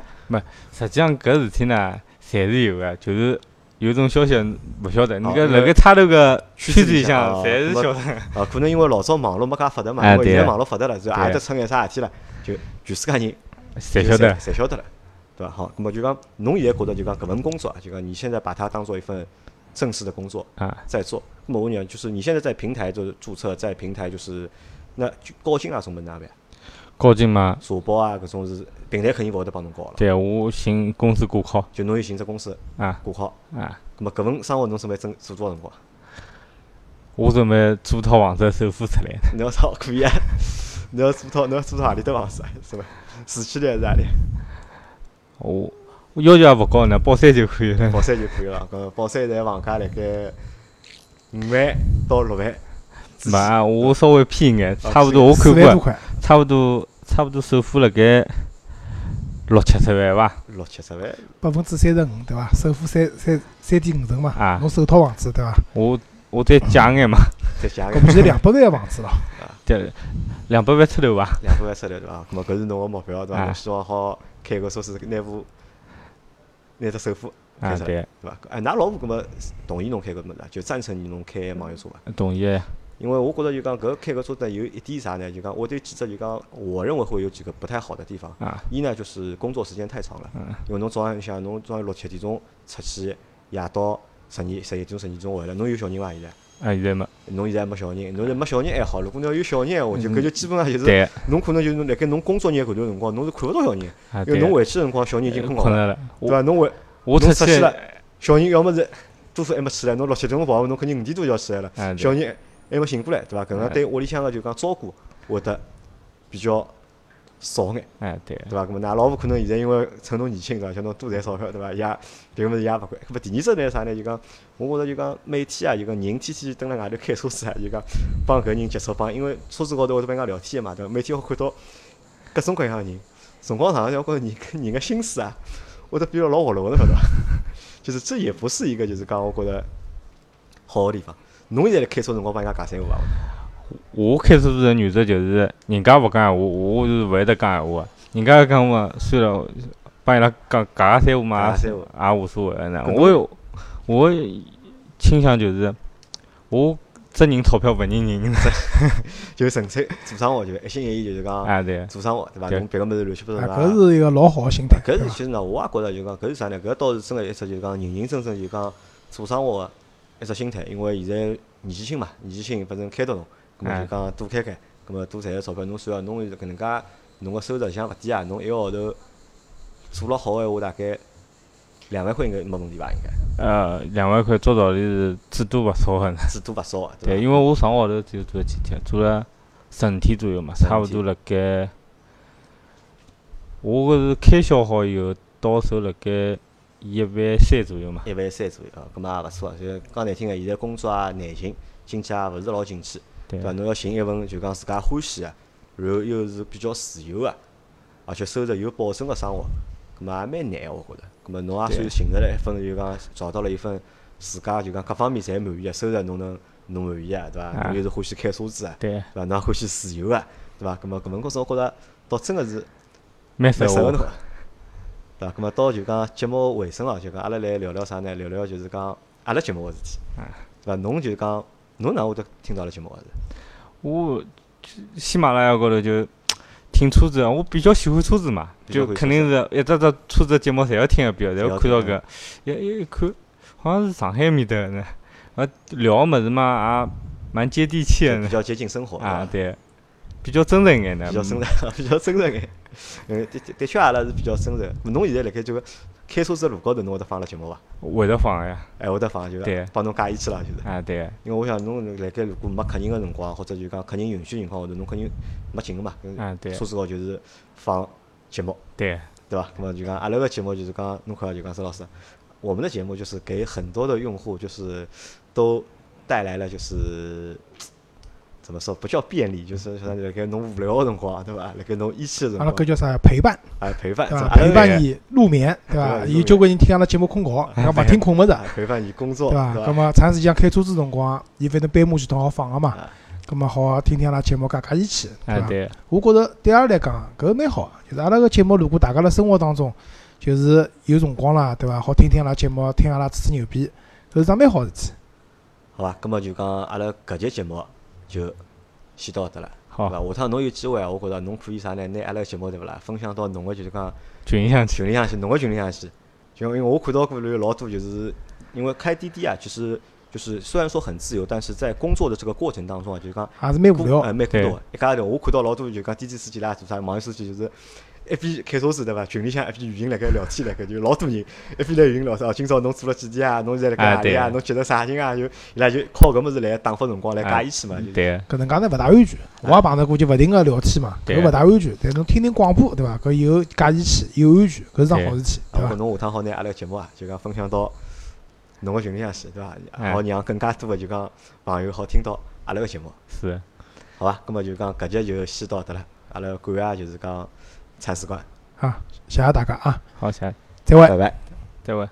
Speaker 3: 实际上搿事体呢，侪是有个，就是有种消息勿晓得，你
Speaker 1: 哦
Speaker 3: 搿
Speaker 1: 因
Speaker 3: 辣
Speaker 1: 为
Speaker 3: 盖叉头个
Speaker 1: 圈子
Speaker 3: 圈子
Speaker 1: 里
Speaker 3: 里向
Speaker 1: 向，
Speaker 3: 侪是
Speaker 1: 哦
Speaker 3: 晓得。
Speaker 1: 啊，可能因为老早网络没介发达嘛，
Speaker 3: 哎
Speaker 1: 因为现在
Speaker 3: 对
Speaker 1: 网络发达了，就
Speaker 3: 对
Speaker 1: 阿搭出眼啥事体了，就全世界人
Speaker 3: 谁
Speaker 1: 就
Speaker 3: 晓得？
Speaker 1: 谁晓得了，对吧？好，那么就讲，侬现在觉得就讲搿份工作啊，就讲你现在把它当做一份正式的工作
Speaker 3: 啊
Speaker 1: 在做。那么我问你啊，就是你现在在平台就是注册，在平台就是那就高薪啊，什么哪办？
Speaker 3: 高进嘛，
Speaker 1: 社保啊，搿种是平台肯定勿会得帮侬搞了。
Speaker 3: 对啊我寻公司挂靠
Speaker 1: 就侬有寻只公司
Speaker 3: 啊
Speaker 1: 挂靠，
Speaker 3: 啊，
Speaker 1: 那么搿份生活侬准备挣做多少辰光？
Speaker 3: 我准备租套房子首付出来。
Speaker 1: 侬要操可以啊！ 侬要租套，侬要租套何里搭房子啊？是吧？市区里还是哪里？
Speaker 3: 我我要求也勿高呢，报三就可以了。
Speaker 1: 宝山就可以了。搿宝山现在房价辣盖五万到六万。
Speaker 3: 没啊，我稍微偏一眼，差不多
Speaker 1: 啊
Speaker 3: 我
Speaker 2: 四
Speaker 3: 看
Speaker 2: 万多
Speaker 3: 过，
Speaker 2: 块，
Speaker 3: 差不多差不多首付辣盖六七十万伐？
Speaker 1: 六七十万，
Speaker 2: 百分之三十五，对伐？首付三三三点五成嘛
Speaker 3: 啊，
Speaker 2: 侬首套房子，对伐？
Speaker 3: 我我再借眼嘛，
Speaker 1: 再加个
Speaker 2: 搿不就是两百万个房子咯？
Speaker 3: 对，两百万出头伐？
Speaker 1: 两百万出头对伐？咾么搿是侬个目标对伐？
Speaker 3: 啊
Speaker 1: 侬希望好开个车子拿部拿只首付开
Speaker 3: 啊，
Speaker 1: 出来
Speaker 3: 对，
Speaker 1: 对伐？哎，㑚老婆搿么同意侬开搿物事啊？就赞成你侬开网约车伐？
Speaker 3: 同意的。
Speaker 1: 因为我觉得就讲搿开搿车子呢有一点啥呢？就讲我对记者就讲，我认为会有几个不太好的地方。
Speaker 3: 啊，
Speaker 1: 一呢就是工作时间太长了，
Speaker 3: 嗯
Speaker 1: 因为侬早浪向侬早浪六七点钟出去，夜到十二十一点钟十二点钟回来，侬有小人伐？现在
Speaker 3: 啊，现在没，
Speaker 1: 侬现在没小人，侬现在没小人还好，如果侬要有小人闲啊话，就搿就基本上就是
Speaker 3: 嗯对，
Speaker 1: 侬可能就是侬辣盖侬工作日搿段辰光，侬是看勿到小人，
Speaker 3: 啊
Speaker 1: 因为
Speaker 3: 对，
Speaker 1: 侬回去的辰光小人已经困觉
Speaker 3: 困
Speaker 1: 了，
Speaker 3: 着了。
Speaker 1: 对伐？侬回
Speaker 3: 我
Speaker 1: 侬
Speaker 3: 出
Speaker 1: 出
Speaker 3: 去
Speaker 1: 去了，小人要么是多数还没起来，侬六七点钟跑，侬肯定五点多就要起来了。
Speaker 3: 啊
Speaker 1: 小
Speaker 3: 对，
Speaker 1: 人还没醒过来，对伐？搿能
Speaker 3: 哎
Speaker 1: 对屋里向个就讲照顾会得比较少眼，
Speaker 3: 哎对，
Speaker 1: 对伐？搿么㑚老婆可能现在因为趁侬年轻对伐，叫侬多赚钞票对伐？也迭个物事也勿管。搿么第二只呢啥呢？就讲我觉着就讲每天啊，就讲人天天蹲辣外头开车子啊，就讲帮搿人接触，帮因为车子高头会得帮人家聊天个嘛，对伐？每天好看到各种各样个人，辰光长了，我觉着人跟人个心思啊，会得变得老活络个，晓得伐？ 就是这也不是一个就是讲我觉着好个地方。侬现在辣开车辰光帮人家讲三胡伐？
Speaker 3: 我开车子的原则就是，人家勿讲闲话，我是勿会得讲闲话的。人家讲嘛，算了，帮伊拉讲讲三胡嘛，
Speaker 1: 讲三胡
Speaker 3: 也无所谓的呢。
Speaker 1: 搿
Speaker 3: 我有我倾向就是，我只认钞票勿认人。
Speaker 1: 就纯粹做生活，就一心一意就是讲
Speaker 3: 啊对，
Speaker 1: 做生活，对伐？
Speaker 3: 对
Speaker 1: 侬别个物事乱七八
Speaker 2: 啊，
Speaker 1: 糟
Speaker 2: 搿
Speaker 1: 啦。
Speaker 2: 是一个老好个心态，
Speaker 1: 搿
Speaker 2: 对
Speaker 1: 是
Speaker 2: 伐？
Speaker 1: 其实呢，我也觉着就讲搿是啥呢？搿倒是真个一只就是讲认认真真就讲做生活个一只心态，因为现在年纪轻嘛，年纪轻反正开到侬，搿么
Speaker 3: 哎
Speaker 1: 就讲多开开，搿么多赚点钞票。侬算啊，侬搿能介侬个收入里向勿低啊，侬一个号头做了好个闲话，大概两万块应该没问题伐？应该
Speaker 3: 呃，两万块照道理是至多勿少的。
Speaker 1: 至多勿少个，
Speaker 3: 对，
Speaker 1: 伐？
Speaker 3: 因为我上个号头只有做了几天，做了十五天左右嘛，差勿多辣盖。我搿是开销好以后，到手辣盖一万三左右嘛。
Speaker 1: 一万三左右啊，搿么也勿错啊。就讲难听个，现在工作啊也难寻，经济也啊勿是老景气，
Speaker 3: 对
Speaker 1: 对伐？侬要寻一份就讲自家欢喜个，然后又是比较自由个，而且收入有保证个生活，搿么也蛮难个，我觉着。搿么侬也
Speaker 3: 对
Speaker 1: 算寻着了一份，就讲找到了一份自家就讲各方面侪满意个收入，侬能侬满意个，对伐？
Speaker 3: 啊
Speaker 1: 侬又是欢喜开车子个，
Speaker 3: 对，
Speaker 1: 对伐？侬也欢喜自由个，对伐？搿么搿份工作，我觉着倒真个是蛮
Speaker 3: 蛮适
Speaker 1: 适合侬
Speaker 3: 合我。
Speaker 1: 个。 对伐？咁么到就讲节目尾声了，就讲阿拉来聊聊啥呢？聊聊就是讲阿拉节目个事体，
Speaker 3: 啊
Speaker 1: 对伐？侬就讲侬哪会得听到阿拉节目个事？
Speaker 3: 我喜马拉雅高头就听车子，啊我比较喜欢车子嘛，
Speaker 1: 比较
Speaker 3: 就
Speaker 1: 喜欢
Speaker 3: 肯定是一只只车子节目侪要听一遍，侪
Speaker 1: 侪
Speaker 3: 要
Speaker 1: 要
Speaker 3: 看到
Speaker 1: 听
Speaker 3: 搿，一一一看好像是上海面头的呢，啊聊个物事嘛也蛮接地气的
Speaker 1: 就比
Speaker 3: 呢，
Speaker 1: 较接近生活
Speaker 3: 啊
Speaker 1: 对
Speaker 3: 对，比较真诚眼
Speaker 1: 伐
Speaker 3: 呢，
Speaker 1: 比较真
Speaker 3: 嗯
Speaker 1: 诚，比较真诚眼。嗯，的的的确阿拉是比较真诚。咁侬现在辣盖就个开车子的路高头，侬会得放阿拉节目伐？
Speaker 3: 会得放个呀，
Speaker 1: 哎，会得放，就
Speaker 3: 对
Speaker 1: 是帮侬介意去了，就是。
Speaker 3: 啊对，
Speaker 1: 因为我想侬辣盖如果没客人个辰光，或者就讲客人允许情况下头，侬肯定没劲个嘛。
Speaker 3: 啊对
Speaker 1: 车子高头就是放节目。
Speaker 3: 对啊
Speaker 1: 对吧？那么就讲阿拉个节目就是讲，侬看啊就讲孙老师，我们的节目就是给很多的用户就是都带来了就是怎么说不叫便利，就是相当于给侬无聊的辰光，对吧？来给侬一气的辰
Speaker 2: 阿拉搿
Speaker 1: 光，
Speaker 2: 叫啥呀？陪伴，
Speaker 1: 哎陪 伴，
Speaker 2: 对
Speaker 1: 是
Speaker 2: 伐？
Speaker 1: 吧
Speaker 2: 陪
Speaker 1: 哎
Speaker 2: 伴伊入眠，对
Speaker 1: 对
Speaker 2: 伐？
Speaker 1: 入
Speaker 2: 有
Speaker 1: 眠
Speaker 2: 交关人听阿拉节目 困觉，人家勿听困勿着，
Speaker 1: 哎陪伴伊工作，
Speaker 2: 啊对
Speaker 1: 对
Speaker 2: 伐？葛？么长时间开车子辰光，伊反正班马系统好放个嘛
Speaker 1: 啊，哎
Speaker 2: 葛么好听听阿拉节目，解解意气，
Speaker 3: 啊
Speaker 2: 伐？
Speaker 3: 对，
Speaker 2: 我觉着对阿拉来讲，搿蛮好啊。就是阿拉个节目，如果大家辣生活当中，就是有辰光啦，对伐？好听听阿拉节目，听阿拉吹吹牛逼，搿是桩蛮好的事体。
Speaker 1: 好吧，那么就讲阿拉搿节节目就先到搿搭了，对
Speaker 3: 好，
Speaker 1: 吧？下趟侬有机会啊，我觉着侬可以啥呢？拿阿拉个节目对勿啦？分享到侬个就是讲。
Speaker 3: 群里向去，
Speaker 1: 群里向去，侬个群里向去，就因为我看到过有老多，就是因为开滴滴啊，其实就是虽然说很自由，但是在工作的这个过程当中啊，就是讲
Speaker 2: 也是蛮无
Speaker 1: 孤
Speaker 2: 聊
Speaker 1: 呃，蛮孤独的。一家头我看到老多就讲滴滴司机啦，做啥网约司机就是。一边开车子对伐？群里向一边语音辣盖聊天辣盖，就老多人一边来语音聊天。哦，今朝侬做了几点啊？侬现在辣盖
Speaker 3: 啊
Speaker 1: 哪里
Speaker 3: 对
Speaker 1: 啊？
Speaker 3: 啊
Speaker 1: 侬觉得啥人啊？就伊拉就靠搿物事来打发辰光，来
Speaker 3: 啊
Speaker 1: 加一起嘛。就是
Speaker 3: 对
Speaker 2: 搿能介呢勿大安全，
Speaker 1: 嗯
Speaker 2: 我也碰着过就勿停个聊天嘛，
Speaker 3: 对
Speaker 2: 搿勿大安全。但侬听听广播，对伐？搿有假期去，有安全，搿是桩
Speaker 3: 对
Speaker 2: 好事体，
Speaker 1: 啊，
Speaker 2: 对
Speaker 1: 我觉
Speaker 2: 伐？
Speaker 1: 侬下趟好拿阿拉个节目啊，就讲分享到侬个群里向去，对伐？
Speaker 3: 哎
Speaker 1: 好让更加多个就讲朋友好听到阿拉个节目，
Speaker 3: 是，
Speaker 1: 好伐？咁么就讲搿节就先到搿搭了，阿拉感谢就是讲铲屎官，
Speaker 2: 啊，谢谢大家啊，
Speaker 1: 好，谢谢，
Speaker 2: 再会。
Speaker 3: 拜拜。
Speaker 1: 再会。